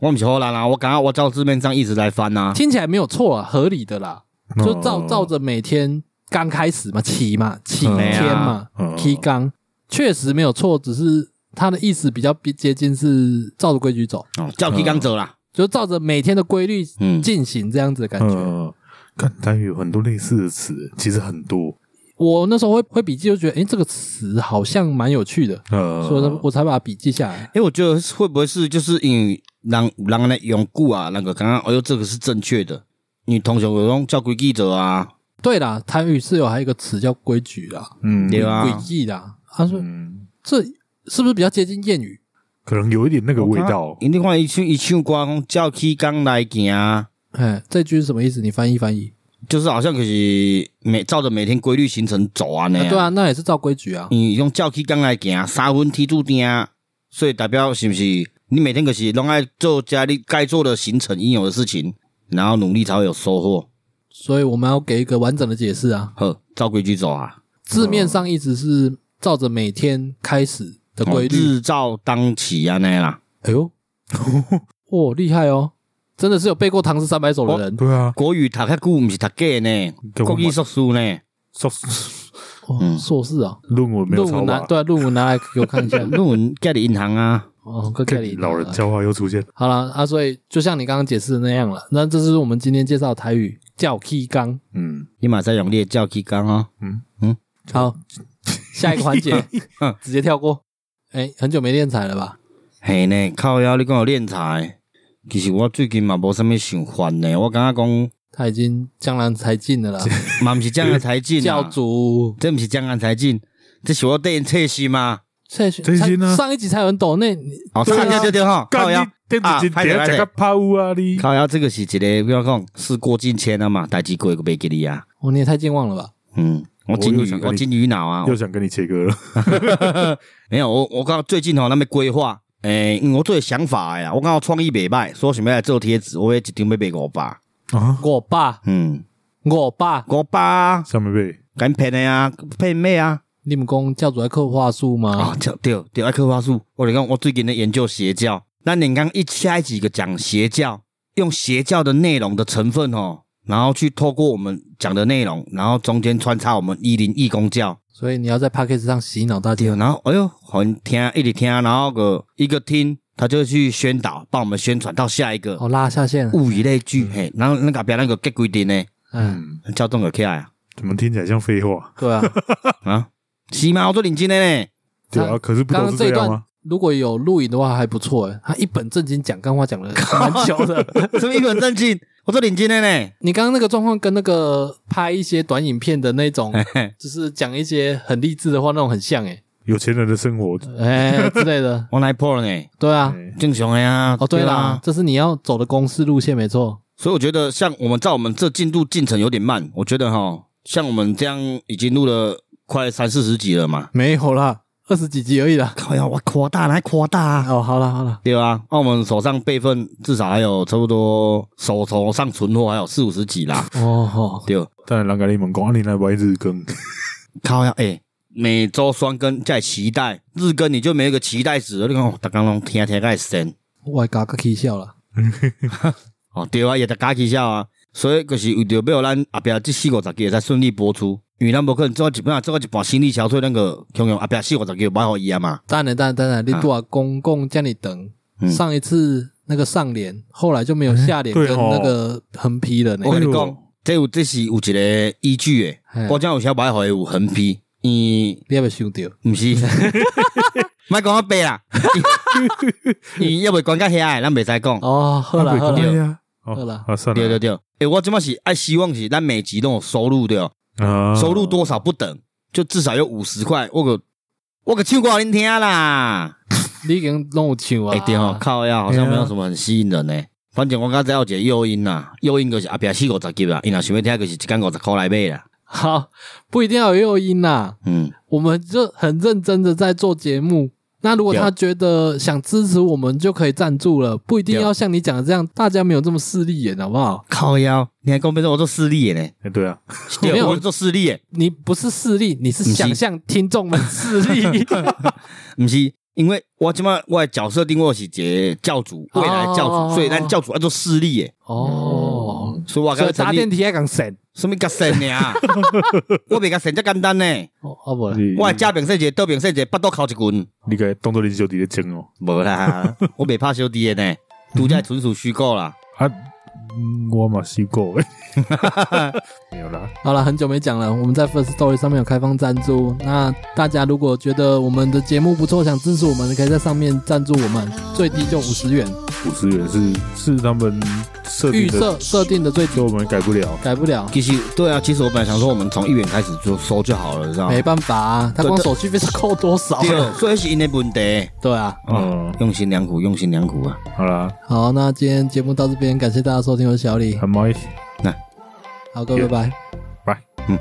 C: 我不是荷兰啦，我刚刚我照字面上一直在翻呐、啊。
B: 听起来没有错啊，合理的啦，就照
A: 嗯
B: 照着每天刚开始嘛，起嘛，起
A: 嗯
B: 天嘛
A: 嗯
B: ，K 刚确实没有错，只是它的意思比较比接近是照着规矩走，
C: 哦，叫起刚走啦。
B: 就照着每天的规律
C: 嗯，
B: 进行这样子的感觉。
A: 嗯，看台语有很多类似的词，其实很多。
B: 我那时候会会笔记，就觉得诶这个词好像蛮有趣的，
A: 呃，
B: 所以我才把它笔记下来。
C: 哎、我觉得会不会是就是因为让让那用固啊，那个刚刚，哎呦，这个是正确的。你通常有用叫规矩走啊，
B: 对啦，台语是有还有一个词叫规矩啦、
A: 嗯，
C: 对啊
B: 诡异啦。他说
A: 嗯，
B: 这是不是比较接近谚语？
A: 可能有一点那个味道。
C: 一定看伊唱伊唱歌讲叫起刚来行啊。
B: 哎，这句是什么意思？你翻译翻译。
C: 就是好像就是每照着每天规律行程走啊那
B: 啊
C: 样。
B: 对，啊，那也是照规矩
A: 嗯
B: 啊。
C: 你用照起工来行，啊三分天注定，啊所以代表是不是你每天就是拢爱做家里该做的行程应有的事情，然后努力才会有收获。
B: 所以我们要给一个完整的解释啊。
C: 呵，照规矩走啊，
B: 字面上一直是照着每天开始的规律。
A: 嗯
C: 日哦照当起啊那样啦。
B: 哎呦，哦，厉害哦！真的是有背过《唐诗三百首》的人。
A: 对啊，
C: 国语读较久，毋是读假呢，
A: 跟我
C: 国语硕士呢。
A: 硕
B: 哦，
C: 嗯。
B: 硕士啊，
A: 论文没有
B: 论
A: 抄
B: 文拿
A: 吧？
B: 对啊，论文拿来给我看一 下
C: 论文家里银行啊，
B: 哦，跟盖里
A: 老人教话又出现了。
B: 好了啊，所以就像你刚刚解释的那样了。那这是我们今天介绍的台语叫 K 刚。
A: 嗯，
C: 你嘛在用你的照起工哦。
B: 好，下一个环节
A: 嗯
B: 直接跳过。哎、很久没练才了吧？
C: 嘿呢，靠腰你讲有练财，其实我最近嘛无啥物想法呢，我感觉讲。
B: 他已经江郎才尽了啦，
C: 嘛毋是江南才尽、啊，
B: 教主。
C: 这毋是江南才尽，这是我对因测试吗？
B: 蔡
A: 最新呢
B: 上一集才有人抖那，你
C: 哦，
A: 对啊
C: 对对对对吼，靠
A: 干
C: 腰
A: 你，电子
C: 啊
A: 琴
C: 拍
A: 底下
C: 下
A: 讲
C: 来
A: 个抛物啊你！
C: 靠腰，这个是一个不要讲，事过境迁啊嘛，代志过个袂记你啊。
B: 哦，你也太健忘了吧？
C: 嗯，我金
A: 又想
C: 鱼，
A: 跟你
C: 我金鱼脑啊
A: 又，想跟你切割了。
C: 没有我我刚好最近吼那边规划，诶、因为我做的想法呀，我刚好创意袂歹，所以我想要来做贴纸，我要一张要卖五百，
A: 啊，
B: 我爸，
C: 嗯，
B: 我爸，
C: 五百啊，
A: 上面被
C: 敢骗的啊，骗咩啊？
B: 你们公教主在刻画术吗
A: 哦
C: 啊？，对对对，爱科花术。我跟你讲，我最近在研究邪教，那你刚一下一集个讲邪教，用邪教的内容的成分哦，然后去透过我们讲的内容，然后中间穿插我们一零义工教，
B: 所以你要在 p a c k a g e 上洗脑大
C: 对，
B: 家。
C: 然后哎呦，好你听一直听，然后个一个听，他就去宣导，帮我们宣传到下一个，
B: 哦，拉下线了，
C: 物以类聚，嘿，然后那个边那个结规定呢，
B: 嗯，
A: 嗯，
C: 叫动个起来啊，
A: 怎么听起来像废话？
B: 对啊。
C: 啊，是吗？我做领巾的呢，
A: 对啊，
B: 他
A: 可是不
B: 刚
A: 都
B: 刚
A: 是
B: 这一
A: 样
B: 段
A: 吗？
B: 如果有录影的话还不错诶，他一本正经讲干话讲了蛮久 的。
C: 什么一本正经，我做领巾的呢，
B: 你刚刚那个状况跟那个拍一些短影片的那种，
C: 嘿嘿。
B: 就是讲一些很励志的话那种很像 诶，
A: 有钱人的生活，
B: 哎之类的。
C: 我来破了呢，
B: 对啊，
A: 哎
C: 正常的啊。
B: 哦对啦
C: 啊，
B: 这是你要走的公式路线没错。
C: 所以我觉得像我们照我们这进度进程有点慢，我觉得哈，像我们这样已经录了快三四十集了嘛，
B: 没有啦，二十几集而已啦。
C: 靠呀，我扩大来扩大、啊。
B: 哦，好了好了，
C: 对啊，那、我们手上备份至少还有差不多手头上存货还有四五十几啦。
B: 哦吼，
C: 对，
A: 当然，人家你们讲，啊，你来玩日更，
C: 靠呀，哎、每周双更在期待日更，你就没有一个期待值了。你看，哦，大家拢听听个神
B: 我嘎嘎起笑了。
C: 哦，对啊，也大家起笑啊。所以就是为着要咱后壁这四五十集才顺利播出，因为咱无可能做到一半，做到一半心力憔悴，咱个强强后壁四五十集买互伊啊嘛。
B: 当然当然当然，你多少公共叫你等，
C: 嗯
B: 上一次那个上联，后来就没有下
A: 嗯
B: 联跟
A: 对哦
B: 那个横批了呢
C: 我。跟你
A: 哎
C: 讲
A: 呦，
C: 这有这是有一个依据诶
B: 嘿。
C: 我讲有小白互伊有横批，伊
B: 你有没有想到？
C: 毋是，莫讲我白啦，伊要袂管到遐诶，咱袂使讲。
B: 哦，好了好
A: 了
B: 了，
A: 呀，
B: 好
A: 好
B: 啦
A: 啊，算
C: 对对
A: 了，
C: 对，诶，我即满是爱希望是咱每集拢有收入对哦，
A: 啊，
C: 收入多少不等，就至少有五十块，我个我个唱歌给恁听啦。
B: 你已经弄有唱啊
C: 哎、？对 哦，靠呀，好像没有什么很吸引人呢、反正我刚才有一个诱因啦，诱因就是阿伯四五十集啦，因若想要听就是一间五十块来买啦。
B: 好，不一定要有诱因啦，
C: 嗯，
B: 我们就很认真的在做节目。那如果他觉得想支持我们，就可以赞助了，不一定
C: 对
B: 要像你讲的这样，大家没有这么势利眼，好不好？
C: 靠呀，你还讲变成我做势利的呢？
A: 哎，对啊，
B: 没
C: 对，
B: 有
C: 我是做势利的，
B: 你不是势利，你是
C: 不是
B: 想象听众们势利。
C: 毋是，因为我即满我的角色定位是一个教主，未来的教主，
B: 哦
C: 所以咱教主要做势利的，
B: 哦，
C: 所以我
B: 所以
C: 讲
B: 搭
C: 成
B: 电
C: 立
B: 梯还讲神，
C: 什么甲神 呢？啊我袂甲神遮简单呢，
B: 哦，啊不啦，
A: 你
C: 我的正平说一个，倒平说一个，巴肚扣一棍，
A: 你个当做你小弟咧争哦，
C: 无啦，我袂怕小弟的呢，拄则纯属虚构啦。
A: 啊，嗯我嘛试过 诶，没有啦，
B: 好了，很久没讲了。我们在 First Story 上面有开放赞助，那大家如果觉得我们的节目不错，想支持我们，可以在上面赞助我们，最低就五十元，
A: 五十元是是他们设定
B: 预
A: 的，
B: 设设定的最低
A: 所以，我们改不了，
B: 改不了，
C: 其实对啊，其实我本来想说我们从一元开始就收就好了，你知道吗
B: 没？办法啊，他光手续费就扣多少啊？
C: 对，所以是因的问题。
B: 对啊。
A: 嗯
C: 嗯，用心良苦，用心良苦啊！
A: 好啦，
B: 好，那今天节目到这边，感谢大家收听，我是小李，
A: 很忙。
B: 好，各位拜拜。
A: 拜。
C: 嗯，